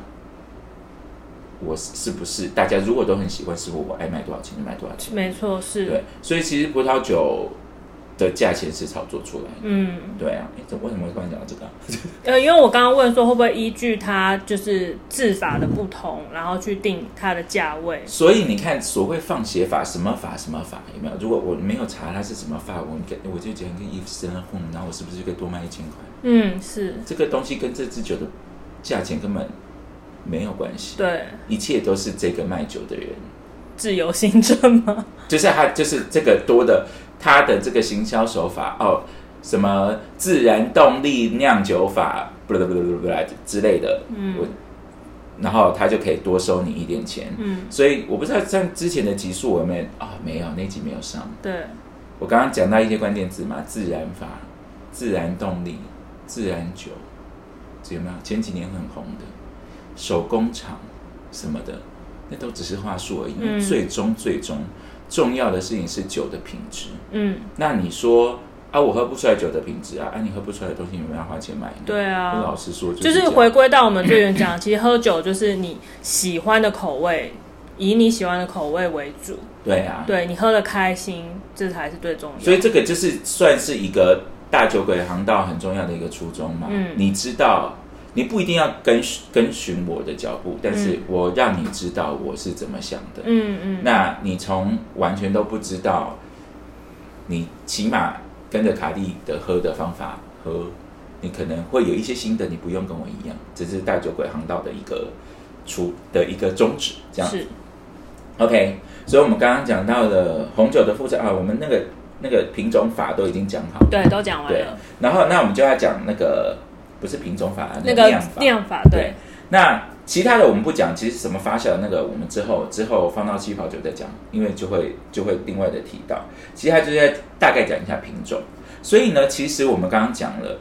Speaker 2: 我是是不是大家如果都很喜欢师傅，我爱卖多少钱就卖多少钱？
Speaker 3: 没错，是
Speaker 2: 对，，所以其实葡萄酒的价钱是炒作出来的。
Speaker 3: 嗯，
Speaker 2: 对啊，诶怎么为什么会突然讲到这个啊、
Speaker 3: 呃，因为我刚刚问说会不会依据它就是制法的不同，然后去定它的价位，
Speaker 2: 所以你看，所谓放血法，什么法，什么法，有没有？如果我没有查它是什么法，我跟我就讲跟 Eve 生了混，然后我是不是就可以多卖一千块？
Speaker 3: 嗯，是
Speaker 2: 这个东西跟这支酒的价钱根本没有关系，
Speaker 3: 对，
Speaker 2: 一切都是这个卖酒的人，
Speaker 3: 自由行政吗？
Speaker 2: 就是他就是这个多的他的这个行销手法哦，什么自然动力酿酒法，不不不不不之类的，
Speaker 3: 嗯
Speaker 2: 我然后他就可以多收你一点钱，
Speaker 3: 嗯，
Speaker 2: 所以我不知道像之前的集数我有没有啊、没有那集没有上，
Speaker 3: 对，
Speaker 2: 我刚刚讲到一些关键字嘛，自然法、自然动力、自然酒，这有没有？前几年很红的，手工厂什么的，那都只是话术而已。
Speaker 3: 嗯
Speaker 2: 最终最终重要的事情是酒的品质。
Speaker 3: 嗯，
Speaker 2: 那你说啊，我喝不出来酒的品质啊，啊，你喝不出来的东西，你们要花钱买呢。
Speaker 3: 对啊
Speaker 2: 我老实说就
Speaker 3: 就是
Speaker 2: 这
Speaker 3: 是
Speaker 2: 样
Speaker 3: 回归到我们最原讲，其实喝酒就是你喜欢的口味，以你喜欢的口味为主，
Speaker 2: 对啊，
Speaker 3: 对你喝的开心，这才是最重要的。
Speaker 2: 所以这个就是算是一个大酒鬼航道很重要的一个初衷嘛。
Speaker 3: 嗯
Speaker 2: 你知道，你不一定要跟跟循我的脚步，但是
Speaker 3: 嗯
Speaker 2: 我让你知道我是怎么想的。
Speaker 3: 嗯嗯，
Speaker 2: 那你从完全都不知道，你起码跟着卡蒂的喝的方法喝，你可能会有一些新的，你不用跟我一样，这是大酒鬼航道的一个出的一个宗旨，这样子
Speaker 3: 是
Speaker 2: OK，所以我们刚刚讲到了红酒的复制啊，我们那个那个品种法都已经讲好了，
Speaker 3: 对，都讲完
Speaker 2: 对
Speaker 3: 了。，
Speaker 2: 然后那我们就要讲那个不是品种法，啊
Speaker 3: 那
Speaker 2: 个
Speaker 3: 个
Speaker 2: 酿法。
Speaker 3: 酿法，对，
Speaker 2: 那其他的我们不讲，其实什么发酵那个我们之后之后放到气泡酒再讲，因为就会就会另外的提到。其他就是在大概讲一下品种。所以呢，其实我们刚刚讲了，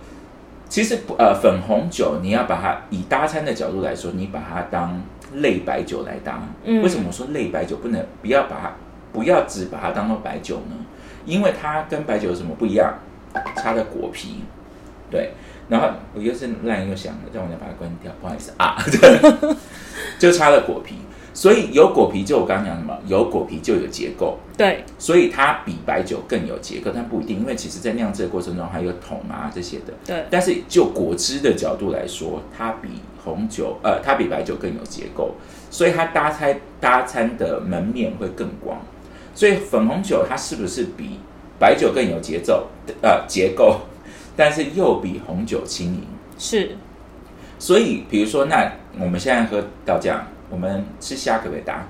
Speaker 2: 其实不呃粉红酒你要把它以搭餐的角度来说，你把它当类白酒来搭。
Speaker 3: 嗯
Speaker 2: 为什么我说类白酒不能不要把它不要只把它当做白酒呢？因为它跟白酒有什么不一样？它的果皮，对。然后我又是烂又响的，让我来把它关掉，不好意思啊， 就差了果皮。所以有果皮就我刚刚讲什么，有果皮就有结构，
Speaker 3: 对，
Speaker 2: 所以它比白酒更有结构，但不一定，因为其实在酿制的过程中还有桶啊这些的。
Speaker 3: 对，
Speaker 2: 但是就果汁的角度来说，它比红酒呃，它比白酒更有结构，所以它搭餐搭餐的门面会更广。所以粉红酒它是不是比白酒更有节奏呃结构， 但是又比红酒轻盈？
Speaker 3: 是，
Speaker 2: 所以比如说，那我们现在喝到这样，我们吃虾可不可以搭？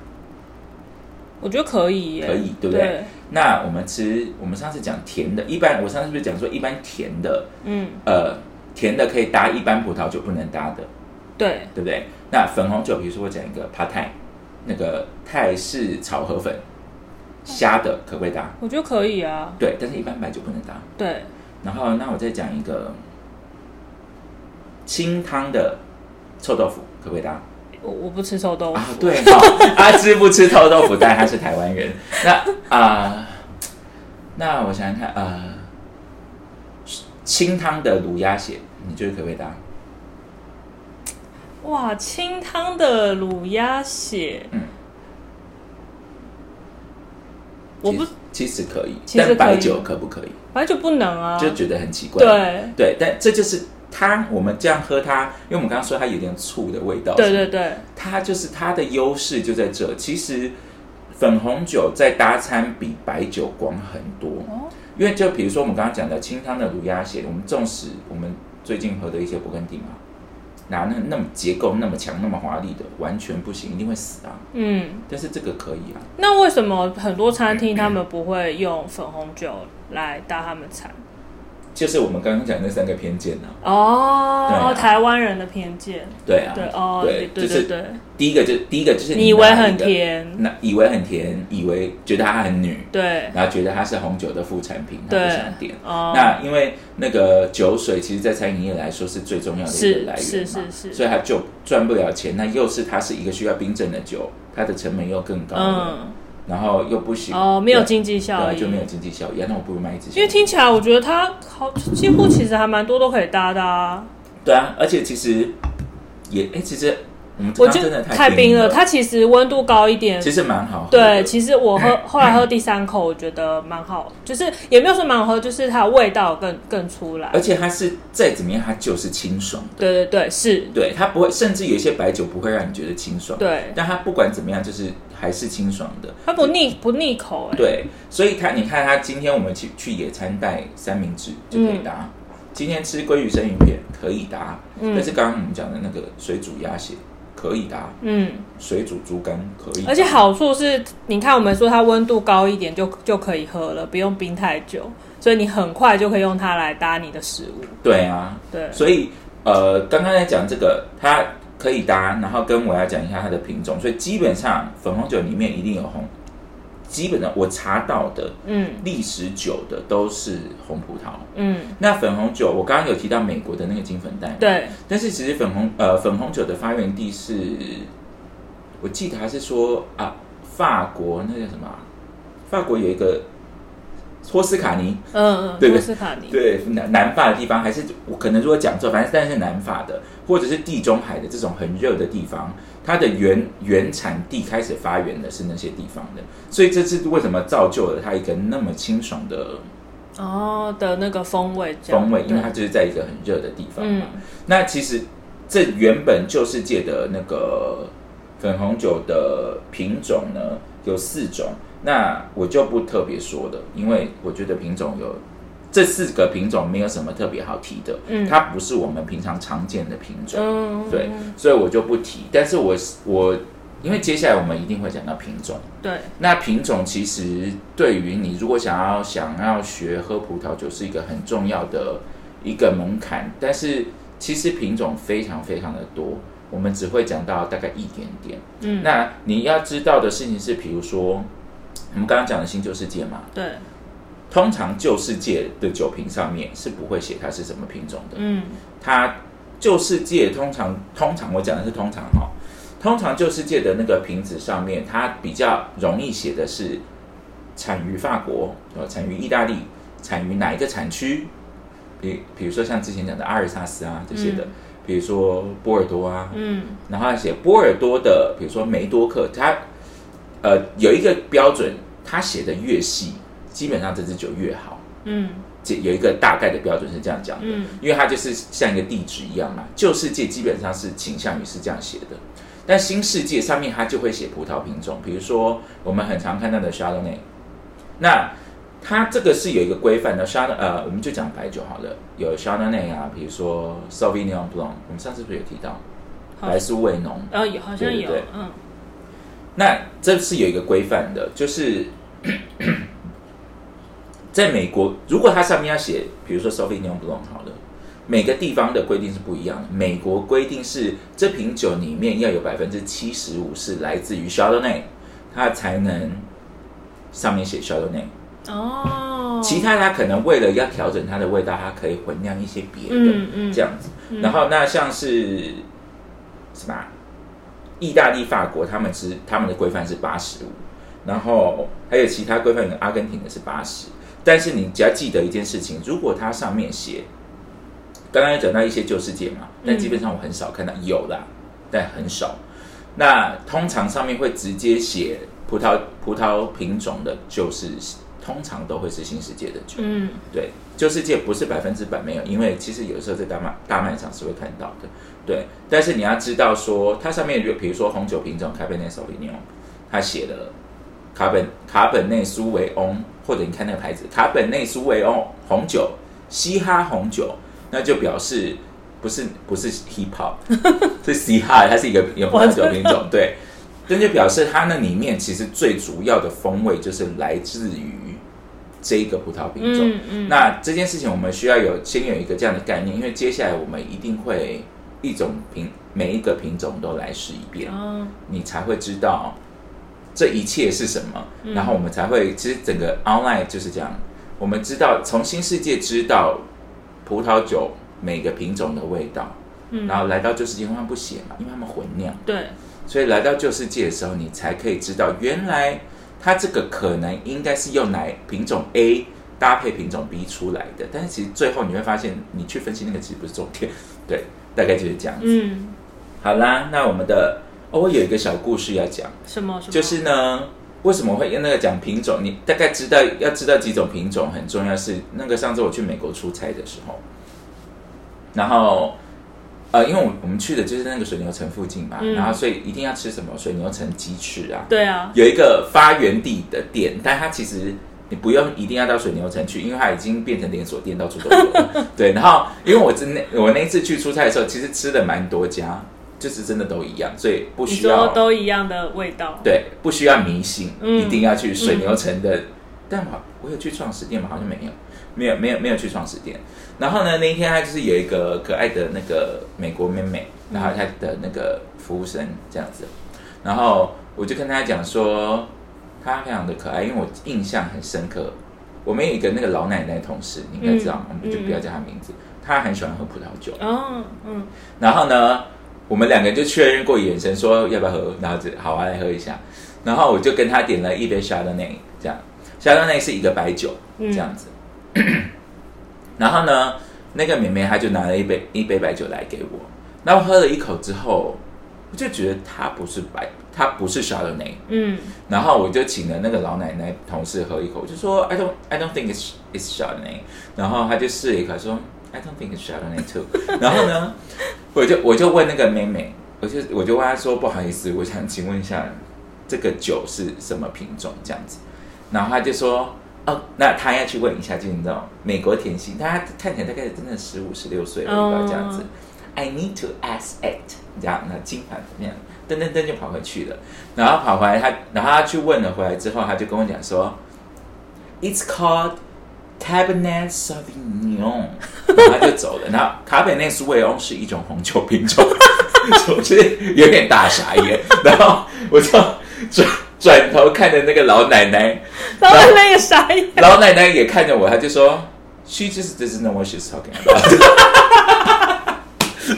Speaker 3: 我觉得可以耶，
Speaker 2: 可以，对不对？那我们吃，我们上次讲甜的，一般我上次是不是讲说，一般甜的，
Speaker 3: 嗯，
Speaker 2: 呃，甜的可以搭一般葡萄酒不能搭的，
Speaker 3: 对，
Speaker 2: 对不对？那粉红酒，比如说我讲一个帕泰，那个泰式炒河粉，虾的可不可以搭？
Speaker 3: 我觉得可以啊，
Speaker 2: 对，但是一般白酒不能搭。
Speaker 3: 对，
Speaker 2: 然后，那我再讲一个清汤的臭豆腐，可不可以搭？
Speaker 3: 我我不吃臭豆
Speaker 2: 啊
Speaker 3: 腐，，
Speaker 2: 对哦，他吃不吃臭豆腐，但他是台湾人。那啊、那我想想看，呃，清汤的卤鸭血，你觉得可不可以搭？
Speaker 3: 哇，清汤的卤鸭血，
Speaker 2: 嗯
Speaker 3: 我不
Speaker 2: 其实可以，
Speaker 3: 其实可以
Speaker 2: 但白酒可不可以？
Speaker 3: 反正就不能啊，
Speaker 2: 就觉得很奇怪。
Speaker 3: 对，
Speaker 2: 对，但这就是它，我们这样喝它，因为我们刚刚说它有点醋的味道。
Speaker 3: 对对对，
Speaker 2: 它就是它的优势就在这。其实粉红酒在搭餐比白酒广很多，
Speaker 3: 哦
Speaker 2: 因为就比如说我们刚刚讲的清汤的卤鸭血，我们纵使我们最近喝的一些勃艮第嘛，拿那那么结构那么强、那么华丽的，完全不行，一定会死啊。
Speaker 3: 嗯，
Speaker 2: 但是这个可以啊，
Speaker 3: 那为什么很多 餐厅他们不会用粉红酒来搭他们餐？
Speaker 2: 就是我们刚刚讲的那三个偏见啊，对
Speaker 3: 哦
Speaker 2: 啊，
Speaker 3: 台湾人的偏见，
Speaker 2: 对啊，
Speaker 3: 对哦，
Speaker 2: 对，
Speaker 3: 对
Speaker 2: 就是
Speaker 3: 对对，
Speaker 2: 第一个就第一个就是
Speaker 3: 你以为
Speaker 2: 拿一
Speaker 3: 很
Speaker 2: 个，
Speaker 3: 甜，
Speaker 2: 那以为很甜，以为觉得它很女，
Speaker 3: 对
Speaker 2: 然后觉得它是红酒的副产品，他
Speaker 3: 对
Speaker 2: 不想点。，
Speaker 3: 哦，
Speaker 2: 那因为那个酒水，其实，在餐饮业来说是最重要的一
Speaker 3: 是
Speaker 2: 个来源嘛，
Speaker 3: 是是是
Speaker 2: 所以它就赚不了钱。那又是它是一个需要冰镇的酒，它的成本又更高了，
Speaker 3: 嗯，
Speaker 2: 然后又不行
Speaker 3: 哦，没有经济效
Speaker 2: 对，啊
Speaker 3: 益，
Speaker 2: 就没有经济效益。那我不如卖一支
Speaker 3: 因为
Speaker 2: 酒。
Speaker 3: 听起来，我觉得它好几乎其实还蛮多都可以搭的啊。
Speaker 2: 对啊，而且其实也哎，其实我们
Speaker 3: 我
Speaker 2: 刚
Speaker 3: 觉
Speaker 2: 刚真
Speaker 3: 得
Speaker 2: 的
Speaker 3: 太
Speaker 2: 冰
Speaker 3: 冰了，它其实温度高一点
Speaker 2: 其。实蛮好喝的。
Speaker 3: 对，其实我 喝后来喝第三口，我觉得蛮好，就是也没有说蛮好喝，就是它的味道更更出来
Speaker 2: 而。且它是再怎么样，它就是清爽的。
Speaker 3: 对对对，是，
Speaker 2: 对，它不会，甚至有一些白酒不会让你觉得清爽。
Speaker 3: 对
Speaker 2: 但它不管怎么样，就是还是清爽的。
Speaker 3: 它不腻不腻口哎、
Speaker 2: 对，所以他你看他今天我们去去野餐带三明治就可以搭，今天吃鲑鱼生鱼片可以搭，
Speaker 3: 嗯
Speaker 2: 但是刚刚我们讲的那个水煮鸭血可以搭，
Speaker 3: 嗯，
Speaker 2: 水煮猪肝可以搭，
Speaker 3: 而且好处是，你看我们说它温度高一点就就可以喝了，不用冰太久，所以你很快就可以用它来搭你的食物。
Speaker 2: 对啊，
Speaker 3: 对，
Speaker 2: 所以呃刚刚在讲这个它可以搭，然后跟我要讲一下它的品种，所以基本上粉红酒里面一定有红基本上我查到的
Speaker 3: 嗯
Speaker 2: 历史酒的都是红葡萄。
Speaker 3: 嗯，
Speaker 2: 那粉红酒，我刚刚有提到美国的那个金粉黛，。
Speaker 3: 对，
Speaker 2: 但是其实粉红呃粉红酒的发源地是，我记得他是说啊，法国那叫什么啊、法国有一个托斯卡尼，
Speaker 3: 嗯嗯，
Speaker 2: 对
Speaker 3: 托斯卡尼，
Speaker 2: 对南南法的地方，还是我可能如果讲错，反正但是南法的，或者是地中海的这种很热的地方，它的原原产地开始发源的是那些地方的，所以这是为什么造就了它一个那么清爽的
Speaker 3: 哦的那个风味这样，
Speaker 2: 风味，因为它
Speaker 3: 对
Speaker 2: 就是在一个很热的地方嘛。
Speaker 3: 嗯
Speaker 2: 那其实这原本旧世界的那个粉红酒的品种呢有四种，那我就不特别说了，因为我觉得品种有这四个品种没有什么特别好提的，
Speaker 3: 嗯
Speaker 2: 它不是我们平常常见的品种，
Speaker 3: 嗯，
Speaker 2: 对，所以我就不提。但是我我因为接下来我们一定会讲到品种。
Speaker 3: 对，
Speaker 2: 那品种其实对于你如果想要想要学喝葡萄酒是一个很重要的一个门槛，但是其实品种非常非常的多，我们只会讲到大概一点点。
Speaker 3: 嗯
Speaker 2: 那你要知道的事情是，比如说我们刚刚讲的新旧世界嘛，
Speaker 3: 对，
Speaker 2: 通常旧世界的酒瓶上面是不会写它是什么品种的，
Speaker 3: 嗯
Speaker 2: 它旧世界通常通常我讲的是通常哈、通常旧世界的那个瓶子上面，它比较容易写的是产于法国，呃，产于意大利，产于哪一个产区？比比如说像之前讲的阿尔萨斯啊这些的，
Speaker 3: 嗯
Speaker 2: 比如说波尔多啊，
Speaker 3: 嗯
Speaker 2: 然后它写波尔多的，比如说梅多克，它呃有一个标准，它写的越细，基本上这支酒越好。
Speaker 3: 嗯
Speaker 2: 这有一个大概的标准是这样讲的，
Speaker 3: 嗯
Speaker 2: 因为它就是像一个地址一样嘛，旧世界基本上是倾向于是这样写的，但新世界上面它就会写葡萄品种，比如说我们很常看到的 Chardonnay，那它这个是有一个规范的 c h a r d o 呃，我们就讲白酒好了，有 Chardonnay 啊，比如说 Sauvignon Blanc，我们上次不是有提到
Speaker 3: 好
Speaker 2: 白苏味浓，
Speaker 3: 然后有好像
Speaker 2: 对对
Speaker 3: 有
Speaker 2: 对，
Speaker 3: 嗯
Speaker 2: 那这是有一个规范的，就是 在美国，如果它上面要写，比如说 Sauvignon Blanc 好了，每个地方的规定是不一样的。美国规定是这瓶酒里面要有百分之七十五是来自于 Chardonnay，它才能上面写 Chardonnay。
Speaker 3: 哦，
Speaker 2: 其他它可能为了要调整它的味道，它可以混酿一些别的，
Speaker 3: 嗯嗯
Speaker 2: 这样子。然后那像是什么啊、意大利、法国，他们是他们的规范是八十五，然后还有其他规范，阿根廷的是八十。但是你只要记得一件事情，如果它上面写，刚刚有讲到一些旧世界嘛，
Speaker 3: 嗯
Speaker 2: 但基本上我很少看到有啦，但很少。那通常上面会直接写葡萄葡萄品种的，就是通常都会是新世界的酒。
Speaker 3: 嗯
Speaker 2: 对，旧世界不是百分之百没有，因为其实有时候在大卖大卖场是会看到的，对。但是你要知道说，它上面有比如说红酒品种 Cabernet Sauvignon，它写了卡本卡本内苏维翁，或者你看那个牌子卡本内苏维翁红酒，嘻哈红酒，那就表示不是不是 hip hop，是嘻哈，它是一个有葡萄酒品种，对。那就表示它那里面其实最主要的风味就是来自于这一个葡萄品种。
Speaker 3: 嗯嗯，
Speaker 2: 那这件事情我们需要有先有一个这样的概念，因为接下来我们一定会一种品每一个品种都来试一遍，
Speaker 3: 哦
Speaker 2: 你才会知道这一切是什么，
Speaker 3: 嗯
Speaker 2: 然后我们才会其实整个 online 就是这样，我们知道从新世界知道葡萄酒每个品种的味道，
Speaker 3: 嗯
Speaker 2: 然后来到旧世界因为他们不写嘛，因为他们混酿。
Speaker 3: 对，
Speaker 2: 所以来到旧世界的时候，你才可以知道原来它这个可能应该是用奶品种 A 搭配品种 B 出来的，但是其实最后你会发现，你去分析那个其实不是重点，对，大概就是这样子。
Speaker 3: 嗯，
Speaker 2: 好啦，那我们的哦，我有一个小故事要讲，
Speaker 3: 什么什么，
Speaker 2: 就是呢，为什么会那个讲品种？你大概知道要知道几种品种很重要是。那个上次我去美国出差的时候，然后呃，因为我我们去的就是那个水牛城附近嘛，
Speaker 3: 嗯
Speaker 2: 然后所以一定要吃什么水牛城鸡翅啊，
Speaker 3: 对啊，
Speaker 2: 有一个发源地的店，但它其实你不用一定要到水牛城去，因为它已经变成连锁店，到处都有 了。对，然后因为我真的我那一次去出差的时候，其实吃了蛮多家，就是真的都一样，所以不
Speaker 3: 你
Speaker 2: 需要
Speaker 3: 说都一样的味道，
Speaker 2: 对，不需要迷信，
Speaker 3: 嗯
Speaker 2: 一定要去水牛城的。但我我有去创始店吗？好像没有，没有，没有，没有去创始店。然后呢，那一天他就是有一个可爱的那个美国妹妹，
Speaker 3: 嗯
Speaker 2: 然后她的那个服务生这样子，然后我就跟她讲说，她非常的可爱，因为我印象很深刻。我们有一个那个老奶奶同事，你应该知道，
Speaker 3: 嗯
Speaker 2: 我们就不要叫她名字。她很喜欢喝葡萄酒，
Speaker 3: 哦，嗯，
Speaker 2: 然后呢，我们两个就确认过眼神，说要不要喝，然后就好啊，来喝一下。然后我就跟她点了一杯 Chardonnay，这样 Chardonnay 是一个白酒，
Speaker 3: 嗯
Speaker 2: 这样子。 然后呢，那个妹妹她就拿了一杯一杯白酒来给我，然后喝了一口之后，我就觉得它不是白，它不是 Chardonnay。
Speaker 3: 嗯，
Speaker 2: 然后我就请了那个老奶奶同事喝一口，我就说 I don't I don't think it's it's Chardonnay，然后她就试了一口说 I don't think it's Chardonnay too，然 后呢，我就我就问那个妹妹，我就我就问她说不好意思，我想请问一下这个酒是什么品种这样子，然后她就说哦，那她要去问一下，就是你知道美国甜心，她看起来大概真的十五十六岁了吧、
Speaker 3: 哦
Speaker 2: 这样子，I need to ask it，这样那金牌怎么样？噔噔噔就跑回去了。然后跑回来，他然后他去问了回来之后，他就跟我讲说，It's called Cabernet Sauvignon，然后 他就走了。然后卡本内苏维翁是一种红酒品种， 我是有点大傻眼。然后我就转转头看着那个老奶奶，
Speaker 3: 然后那个傻 眼，
Speaker 2: 老奶奶也看着我，她就说，She just doesn't know what she's talking about。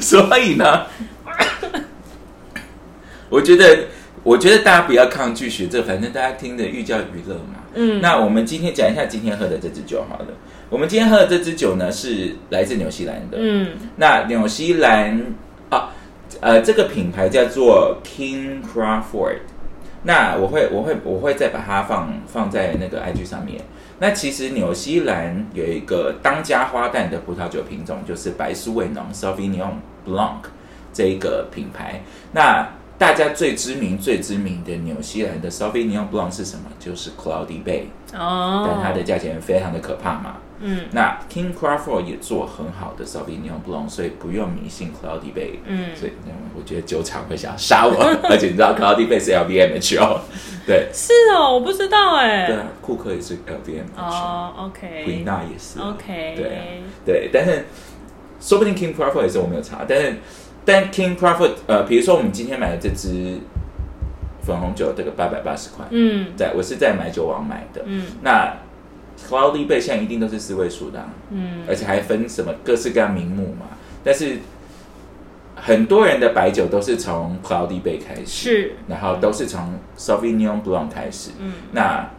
Speaker 2: 所以呢， 我觉得，我觉得大家不要抗拒学这，反正大家听的寓教于乐嘛。
Speaker 3: 嗯
Speaker 2: 那我们今天讲一下今天喝的这支酒好了。我们今天喝的这支酒呢，是来自纽西兰的。
Speaker 3: 嗯
Speaker 2: 那纽西兰啊，呃，这个品牌叫做 King Crawford。那我会，我会，我会再把它放放在那个 IG 上面。那其实纽西兰有一个当家花旦的葡萄酒品种，就是白苏维农 （Sauvignon Blanc） 这一个品牌。那大家最知名、最知名的纽西兰的 Sauvignon Blanc 是什么？就是 Cloudy Bay，但它
Speaker 3: 哦，
Speaker 2: 的价钱非常的可怕嘛。
Speaker 3: 嗯
Speaker 2: 那 King Crawford 也做很好的 Sauvignon Blanc，所以不用迷信 Cloudy Bay。
Speaker 3: 嗯，
Speaker 2: 所以嗯我觉得酒厂会想要杀 我，而且你知道 Cloudy Bay 是 LVMH 哦，对
Speaker 3: 是哦，我不知道哎
Speaker 2: 对，啊，库克也是 LVMH，
Speaker 3: 哦
Speaker 2: 奎
Speaker 3: ，OK
Speaker 2: 纳也是
Speaker 3: OK，
Speaker 2: 对啊对，但是说不定 King Crawford 也是我没有查，但是但 King Crawford 呃，比如说我们今天买的这支粉红酒，这个八百八十块，
Speaker 3: 嗯
Speaker 2: 在我是在买酒网买的，
Speaker 3: 嗯
Speaker 2: 那 Cloudy Bay 现在一定都是四位数的、啊，
Speaker 3: 嗯
Speaker 2: 而且还分什么各式各样名目嘛。但是很多人的白酒都是从 Cloudy Bay 开始，
Speaker 3: 是
Speaker 2: 然后都是从 Sauvignon Blanc 开始。
Speaker 3: 嗯
Speaker 2: 那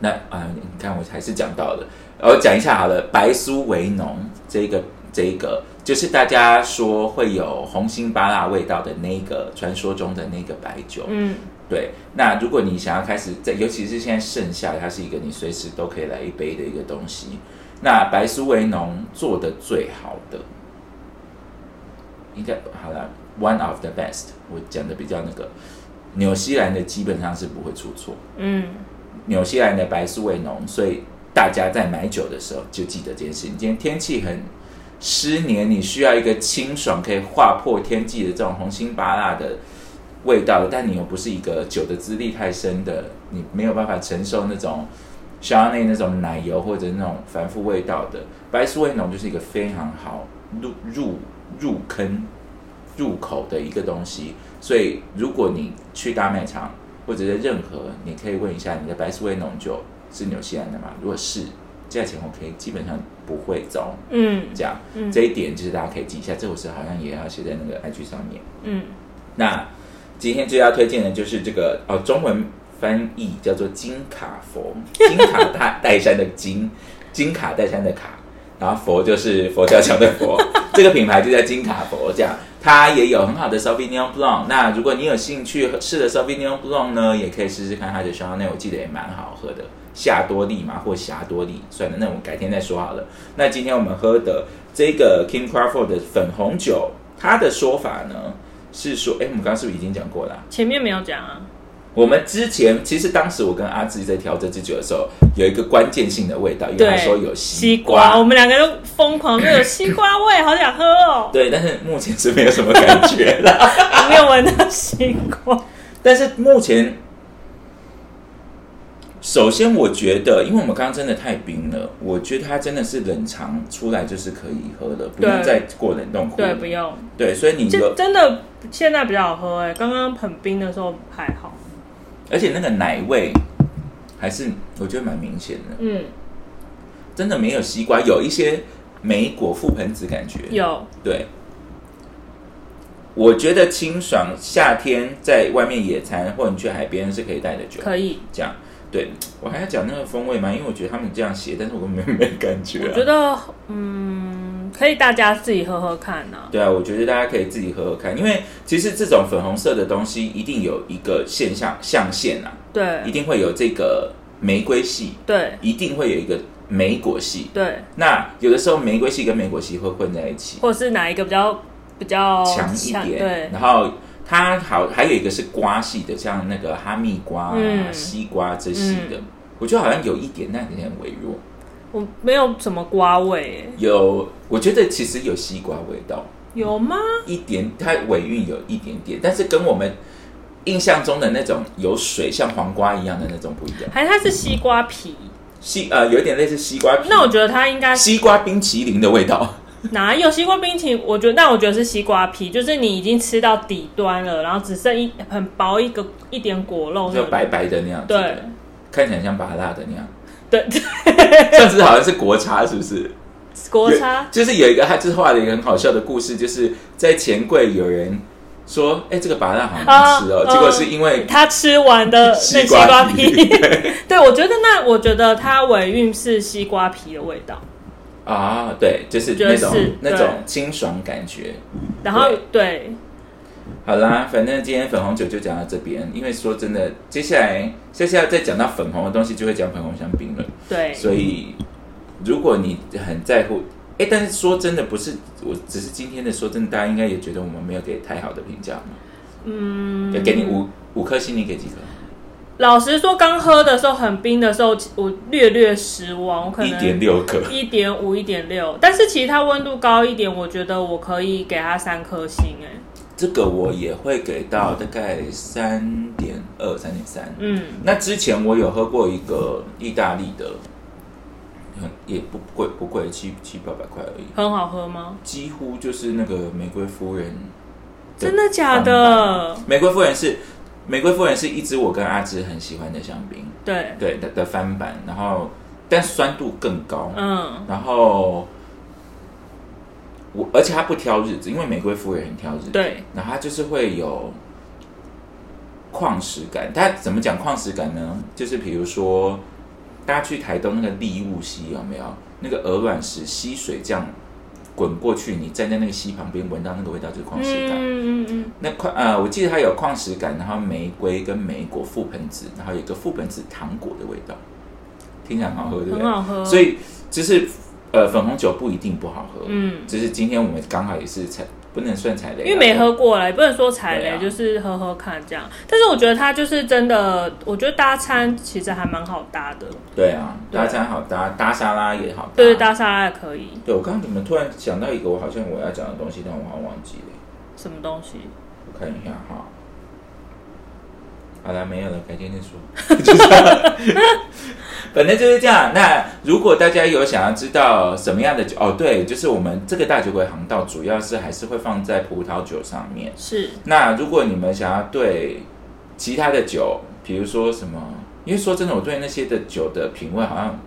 Speaker 2: 那啊、你看我还是讲到了，我讲一下好了，白苏维农这一个这一个，就是大家说会有红心巴辣味道的那个传说中的那个白酒。
Speaker 3: 嗯
Speaker 2: 对，那如果你想要开始在，尤其是现在盛夏，它是一个你随时都可以来一杯的一个东西。那白苏维农做的最好的，应该好了，one of the best。我讲的比较那个，纽西兰的基本上是不会出错，
Speaker 3: 嗯
Speaker 2: 纽西兰的白苏维农，所以大家在买酒的时候就记得这件事情。今天天气很湿黏，你需要一个清爽可以划破天际的这种红心巴辣的味道，但你又不是一个酒的资历太深的，你没有办法承受那种香奈那种奶油或者那种繁复味道的白苏维农，就是一个非常好入入入坑入口的一个东西。所以，如果你去大卖场或者是任何，你可以问一下你的白苏维农酒是纽西兰的吗？如果是，价钱 OK，基本上不会糟。
Speaker 3: 嗯
Speaker 2: 这样，
Speaker 3: 嗯
Speaker 2: 这一点就是大家可以记一下。这我是好像也要写在那个 IG 上面。
Speaker 3: 嗯
Speaker 2: 那今天最要推荐的就是这个哦，中文翻译叫做金卡佛，金卡大戴山的金， 金卡戴山的卡，然后佛就是佛跳墙的佛， 这个品牌就叫金卡佛，这样它也有很好的 Sauvignon Blanc。那如果你有兴趣试的 Sauvignon Blanc 呢，也可以试试看它的 Chardonnay，我记得也蛮好喝的。夏多利嘛，或霞多利，算了，那我们改天再说好了。那今天我们喝的这个 King Crawford 的粉红酒，它的说法呢是说，哎，我们刚刚是不是已经讲过了啊、
Speaker 3: 前面没有讲啊，
Speaker 2: 我们之前其实当时我跟阿志在调这支酒的时候，有一个关键性的味道，因为他
Speaker 3: 对，
Speaker 2: 说有西
Speaker 3: 西瓜，我们两个都疯狂，都有西瓜味，好想喝 哦，
Speaker 2: 对，啊但是目前是没有什么感觉啦。
Speaker 3: 我没有闻到西瓜，
Speaker 2: 但是目前，首先我觉得，因为我们刚刚真的太冰了，我觉得它真的是冷藏出来就是可以喝了，不用
Speaker 3: 对
Speaker 2: 再过冷冻库。
Speaker 3: 对，不用，
Speaker 2: 对，所以你
Speaker 3: 就
Speaker 2: 有，
Speaker 3: 真的欸现在比较好喝哎、刚刚很冰的时候还好，
Speaker 2: 而且那个奶味还是我觉得蛮明显的，
Speaker 3: 嗯，
Speaker 2: 真的没有西瓜，有一些莓果覆盆子感觉。
Speaker 3: 有，
Speaker 2: 对，我觉得清爽，夏天在外面野餐或者你去海边是可以带的酒，
Speaker 3: 可以。
Speaker 2: 这样。对我还要讲那个风味嘛，因为我觉得他们这样写，但是我根本没没感觉、啊。
Speaker 3: 我觉得，嗯，可以大家自己喝喝看呐、
Speaker 2: 对啊，我觉得大家可以自己喝喝看，因为其实这种粉红色的东西一定有一个现象象限啊，一
Speaker 3: 对，
Speaker 2: 定会有这个玫瑰系，
Speaker 3: 对，
Speaker 2: 一定会有一个莓果系。
Speaker 3: 对，
Speaker 2: 那有的时候玫瑰系跟莓果系会混在一起，
Speaker 3: 或者是哪一个比较比较
Speaker 2: 强一点。
Speaker 3: 哦对，
Speaker 2: 然后它好还有一个是瓜系的，像那个哈密瓜、啊、
Speaker 3: 嗯
Speaker 2: 西瓜这系的，我觉得好像有一点，但有点微弱。
Speaker 3: 我没有什么瓜味、欸，
Speaker 2: 有，我觉得其实有西瓜味道。
Speaker 3: 有吗？
Speaker 2: 一点，它尾韵有一点点，但是跟我们印象中的那种有水像黄瓜一样的那种不一样。
Speaker 3: 还是它是西瓜皮？
Speaker 2: 西呃，有一点类似西瓜皮，
Speaker 3: 那我觉得它应该
Speaker 2: 西瓜冰淇淋的味道。
Speaker 3: 哪有西瓜冰淇淋？我觉得，但我觉得是西瓜皮，就是你已经吃到底端了，然后只剩一很薄一个一点果肉那
Speaker 2: 就
Speaker 3: 种，
Speaker 2: 白白的那样子
Speaker 3: 哦对
Speaker 2: 的，看起来像巴拉的那样。
Speaker 3: 对，
Speaker 2: 上次好像是国茶，是不是？
Speaker 3: 国
Speaker 2: 有
Speaker 3: 差
Speaker 2: 就是有一个，他就是画了一个很好笑的故事，就是在钱柜有人说：“哎、这个巴拉好难吃哦。
Speaker 3: 啊
Speaker 2: 结果是因为
Speaker 3: 他吃完的那
Speaker 2: 西
Speaker 3: 西
Speaker 2: 瓜
Speaker 3: 瓜
Speaker 2: 皮
Speaker 3: 皮， 对我觉得那我觉得它尾韵是西瓜皮的味道，
Speaker 2: 啊，对，就是
Speaker 3: 觉得
Speaker 2: 那种
Speaker 3: 是
Speaker 2: 那
Speaker 3: 对
Speaker 2: 种清爽感觉。
Speaker 3: 然后对
Speaker 2: 好啦，反正今天粉红酒就讲到这边，因为说真的，接下来接下来再讲到粉红的东西，就会讲粉红香槟了。
Speaker 3: 对
Speaker 2: 所以，如果你很在乎，哎，但是说真的，不是，我只是今天的说真的，大家应该也觉得我们没有给太好的评价嘛。嗯，要给你五五颗星，你给几颗？
Speaker 3: 老实说，刚喝的时候很冰的时候，我略略失望，我可
Speaker 2: 一
Speaker 3: 能
Speaker 2: 点六颗。
Speaker 3: 一点五、一点六，但是其实它温度高一点，我觉得我可以给它三颗星、哎，
Speaker 2: 这个我也会给到大概三点二、三点三。
Speaker 3: 嗯，
Speaker 2: 那之前我有喝过一个意大利的，很也不贵，不贵，七七八百块而已。
Speaker 3: 很好喝吗？
Speaker 2: 几乎就是那个玫瑰夫人，对
Speaker 3: 真的假的？
Speaker 2: 玫瑰夫人是玫瑰夫人是一支我跟阿芝很喜欢的香槟，
Speaker 3: 对，
Speaker 2: 对的的翻版，然后但酸度更高，
Speaker 3: 嗯，
Speaker 2: 然后我而且它不挑日子，因为玫瑰夫人很挑日子，
Speaker 3: 对，
Speaker 2: 然后它就是会有矿石感，它怎么讲矿石感呢？就是比如说大家去台东那个利物溪有没有那个鹅卵石溪水这样滚过去，你站在那个溪旁边闻到那个味道就是矿石感。
Speaker 3: 嗯嗯嗯，
Speaker 2: 那矿呃，我记得它有矿石感，然后玫瑰跟莓果覆盆子，然后有一个覆盆子糖果的味道，听起来很好喝，对不对？
Speaker 3: 很好喝
Speaker 2: 所以就是呃，粉红酒不一定不好喝，
Speaker 3: 嗯
Speaker 2: 只是今天我们刚好也是踩，不能算踩雷啦，
Speaker 3: 因为没喝过啦，也不能说踩雷，
Speaker 2: 对啊
Speaker 3: 就是喝喝看这样。但是我觉得它就是真的，我觉得搭餐其实还蛮好搭的，
Speaker 2: 对啊，
Speaker 3: 对
Speaker 2: 搭餐好搭，搭沙拉也好搭，
Speaker 3: 对，搭沙拉也可以。
Speaker 2: 对我刚刚怎么突然想到一个我好像我要讲的东西，但我好像忘记了，
Speaker 3: 什么东西？
Speaker 2: 我看一下哈。好了，没有了，改天再说。反正就是这样。那如果大家有想要知道什么样的酒，哦，对，就是我们这个大酒鬼航道主要是还是会放在葡萄酒上面。
Speaker 3: 是
Speaker 2: 那如果你们想要对其他的酒，比如说什么，因为说真的，我对那些的酒的品味好像，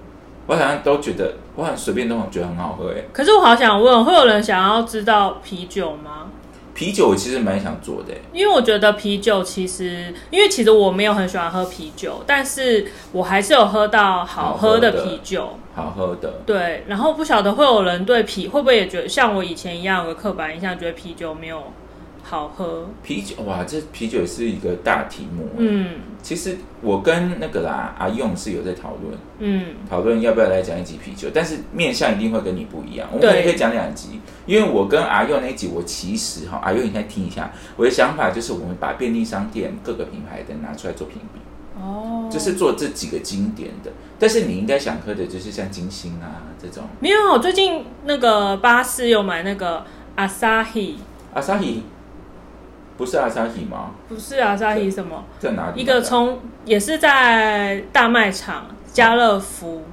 Speaker 2: 我好像都觉得，我好像随便都觉得很好喝诶。欸
Speaker 3: 可是我好想问，会有人想要知道啤酒吗？
Speaker 2: 啤酒我其实蛮想做的欸诶，
Speaker 3: 因为我觉得啤酒其实，因为其实我没有很喜欢喝啤酒，但是我还是有喝到好喝的啤酒。
Speaker 2: 好喝的。
Speaker 3: 对，然后不晓得会有人对啤会不会也觉得像我以前一样有个刻板印象，觉得啤酒没有好喝。
Speaker 2: 啤酒哇，这啤酒是一个大题目。，
Speaker 3: 嗯
Speaker 2: 其实我跟那个啦阿用是有在讨论，
Speaker 3: 嗯，
Speaker 2: 讨论要不要来讲一集啤酒，但是面向一定会跟你不一样。我们可能
Speaker 3: 对
Speaker 2: 可以讲两集，因为我跟阿佑那一集，我其实哈，阿佑你先听一下，我的想法就是我们把便利商店各个品牌的拿出来做评比，
Speaker 3: 哦，
Speaker 2: 就是做这几个经典的。但是你应该想喝的就是像金星啊这种
Speaker 3: 没有。嗯哦我最近那个巴士有买那个 Asahi，
Speaker 2: 阿萨希，不是阿萨希吗？
Speaker 3: 不是 Asahi 什么，
Speaker 2: 在哪里？
Speaker 3: 一个从也是在大卖场家乐福，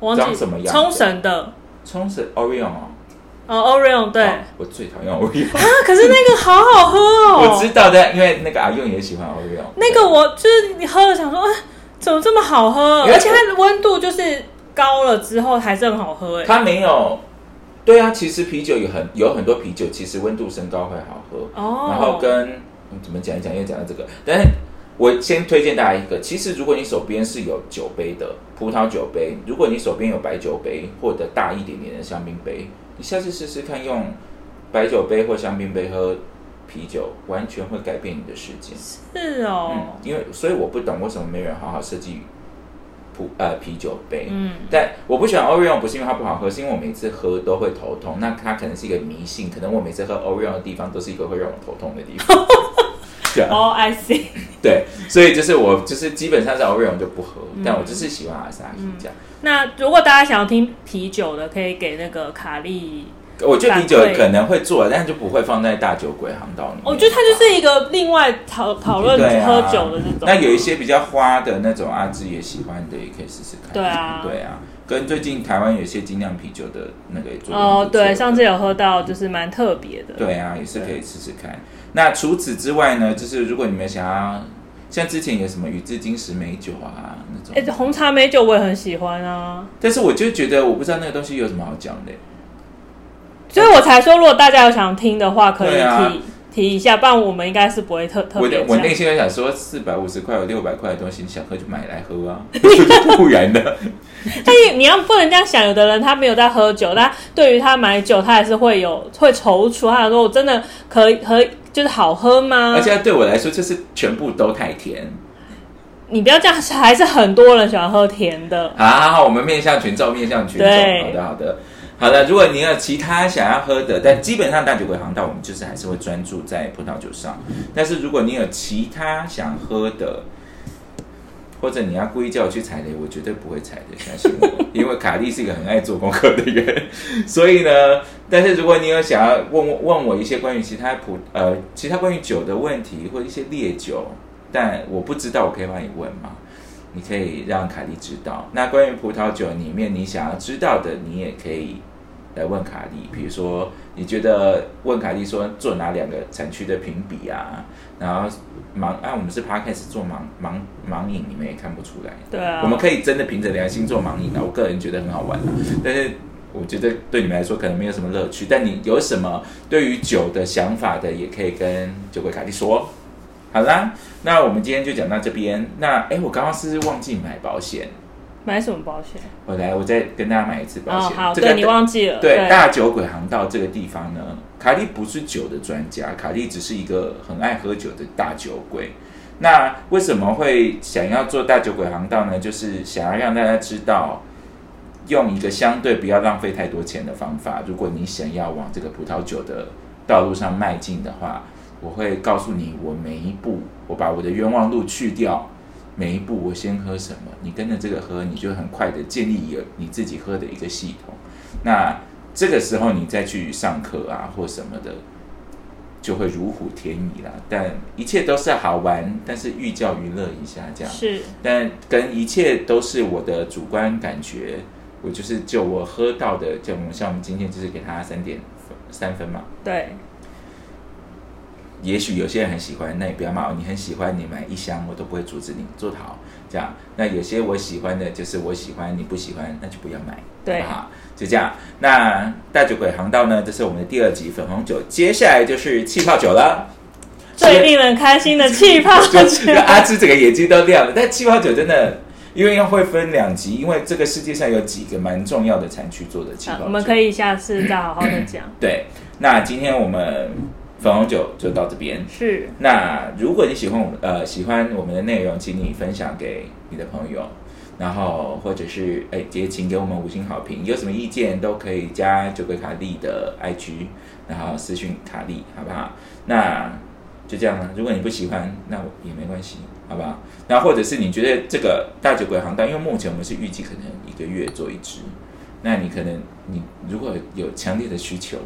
Speaker 3: 我忘
Speaker 2: 长
Speaker 3: 记
Speaker 2: 什么样子
Speaker 3: 冲绳的，
Speaker 2: 冲绳 Orion 哦，
Speaker 3: 哦，Orion 对
Speaker 2: 哦
Speaker 3: 啊，
Speaker 2: 我最讨厌 Oreo，
Speaker 3: 可是那个好好喝
Speaker 2: 我
Speaker 3: 哦
Speaker 2: 知，道的，因为那个阿用也喜欢 Oreo。
Speaker 3: 那个我就是你喝了想说，哎，怎么这么好喝？
Speaker 2: 因为
Speaker 3: 而且它的温度就是高了之后还是很好喝哎。
Speaker 2: 它没有，对啊，其实啤酒有很有很多啤酒，其实温度升高会好喝。
Speaker 3: 哦
Speaker 2: 然后跟、嗯怎么讲一讲，又讲到这个，但是我先推荐大家一个，其实如果你手边是有酒杯的葡萄酒杯，如果你手边有白酒杯或者大一点点的香槟杯，你下次试试看用白酒杯或香槟杯喝啤酒，完全会改变你的世界。
Speaker 3: 是
Speaker 2: 嗯
Speaker 3: 哦，，
Speaker 2: 因为所以我不懂为什么没有人好好设计葡呃啤酒杯。
Speaker 3: 嗯，
Speaker 2: 但我不喜欢 Oreo 不是因为它不好喝，是因为我每次喝都会头痛。那它可能是一个迷信，可能我每次喝 Oreo 的地方都是一个会让我头痛的地 方。对啊，
Speaker 3: 哦，I see，
Speaker 2: 对，所以就是我就是基本上是 Oreo 就不喝，
Speaker 3: 嗯
Speaker 2: 但我就是喜欢阿萨奇这样。
Speaker 3: 那如果大家想要听啤酒的，可以给那个卡利。
Speaker 2: 我觉得啤酒
Speaker 3: 反馈
Speaker 2: 可能会做，但是就不会放在大酒鬼航道里面。
Speaker 3: 我觉得它哦就是一个另外讨讨论
Speaker 2: 嗯对啊
Speaker 3: 喝酒的这种。
Speaker 2: 那有一些比较花的那种，阿志也喜欢的，也可以试试看。
Speaker 3: 对啊
Speaker 2: 对啊，跟最近台湾有一些精酿啤酒的那个也做得很不，错
Speaker 3: 哦对，上次有喝到，就是蛮特别的。
Speaker 2: 对啊，也是可以试试看。那除此之外呢，就是如果你们想要，像之前有什么宇治金石美酒啊那种，
Speaker 3: 哎、红茶美酒我也很喜欢啊，
Speaker 2: 但是我就觉得我不知道那个东西有什么好讲的、
Speaker 3: 所以我才说，如果大家有想听的话，可以提、
Speaker 2: 对啊
Speaker 3: 提一下，不然我们应该是不会特特
Speaker 2: 我
Speaker 3: 别
Speaker 2: 的
Speaker 3: 讲
Speaker 2: 我内心在想说，四百五十块有六百块的东西，你想喝就买来喝 啊，不然的。
Speaker 3: 嗯但是你要不能这样想，有的人他没有在喝酒，但对于他买酒，他还是会有会踌躇，他想说我真的可以喝，就是好喝吗
Speaker 2: 而？且对我来说，就是全部都太甜。
Speaker 3: 你不要这样，还是很多人喜欢喝甜的。
Speaker 2: 好好好，我们面向群众，面向群众。
Speaker 3: 对
Speaker 2: 好的，好的，好的。如果你有其他想要喝的，但基本上大酒鬼航道我们就是还是会专注在葡萄酒上。但是如果你有其他想喝的，或者你要故意叫我去踩雷，我绝对不会踩的，相信我，因为卡莉是一个很爱做功课的人。所以呢，但是如果你有想要问我问我一些关于其他葡呃其他关于酒的问题，或者一些烈酒，但我不知道，我可以帮你问吗？你可以让卡莉知道。那关于葡萄酒里面你想要知道的，你也可以来问卡莉。比如说，你觉得问卡莉说做哪两个产区的评比啊？然后盲啊，我们是 podcast 做盲盲盲饮，你们也看不出来。
Speaker 3: 对啊，
Speaker 2: 我们可以真的凭着良心做盲饮的，我个人觉得很好玩啊但是我觉得对你们来说可能没有什么乐趣。但你有什么对于酒的想法的，也可以跟酒鬼卡蒂说。好啦，那我们今天就讲到这边。那哎，我刚刚是不是忘记买保险？
Speaker 3: 买什么保险？
Speaker 2: 我来，我再跟大家买一次保
Speaker 3: 哦，
Speaker 2: 险。
Speaker 3: 好，
Speaker 2: 这个
Speaker 3: 对你忘记了，
Speaker 2: 对大酒鬼航道这个地方呢，卡莉不是酒的专家，卡莉只是一个很爱喝酒的大酒鬼。那为什么会想要做大酒鬼航道呢？就是想要让大家知道，用一个相对不要浪费太多钱的方法。如果你想要往这个葡萄酒的道路上迈进的话，我会告诉你我每一步，我把我的冤枉路去掉，每一步我先喝什么，你跟着这个喝，你就很快的建立一个你自己喝的一个系统。那这个时候你再去上课啊或什么的，就会如虎添翼啦。但一切都是好玩，但是寓教于乐一下这样。
Speaker 3: 是
Speaker 2: 但跟一切都是我的主观感觉，我就是就我喝到的，就我们像我们今天就是给他三点三分嘛。
Speaker 3: 对，
Speaker 2: 也许有些人很喜欢，那也不要骂我。哦你很喜欢，你买一箱我都不会阻止你做好这样。那有些我喜欢的，就是我喜欢，你不喜欢那就不要买，
Speaker 3: 对
Speaker 2: 好不好？就这样。那大酒鬼航道呢？这是我们的第二集粉红酒，接下来就是气泡酒了。
Speaker 3: 最令人开心的气泡酒
Speaker 2: 就 是阿芝整个眼睛都亮了。但气泡酒真的，因为要会分两集，因为这个世界上有几个蛮重要的产区做的气泡
Speaker 3: 好
Speaker 2: 酒。
Speaker 3: 我们可以下次再好好的讲。
Speaker 2: 对。那今天我们粉红酒就到这边。
Speaker 3: 是，
Speaker 2: 那如果你喜欢我们呃喜欢我们的内容，请你分享给你的朋友，然后或者是哎也请给我们五星好评。有什么意见都可以加酒鬼卡利的 IG，然后私讯卡利，好不好？那就这样了。如果你不喜欢，那我也没关系，好不好？那或者是你觉得这个大酒鬼航道，因为目前我们是预计可能一个月做一支，那你可能你如果有强烈的需求，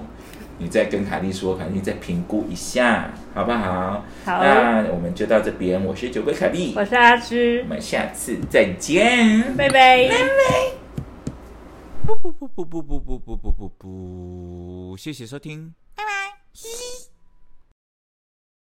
Speaker 2: 你再跟卡莉说，卡莉再评估一下，好不好？
Speaker 3: 好
Speaker 2: 那我们就到这边。我是酒鬼卡莉，
Speaker 3: 我是阿芝
Speaker 2: 我，们下次再见。
Speaker 3: 拜拜。
Speaker 2: 不不不不不不不不，谢谢收听，拜拜。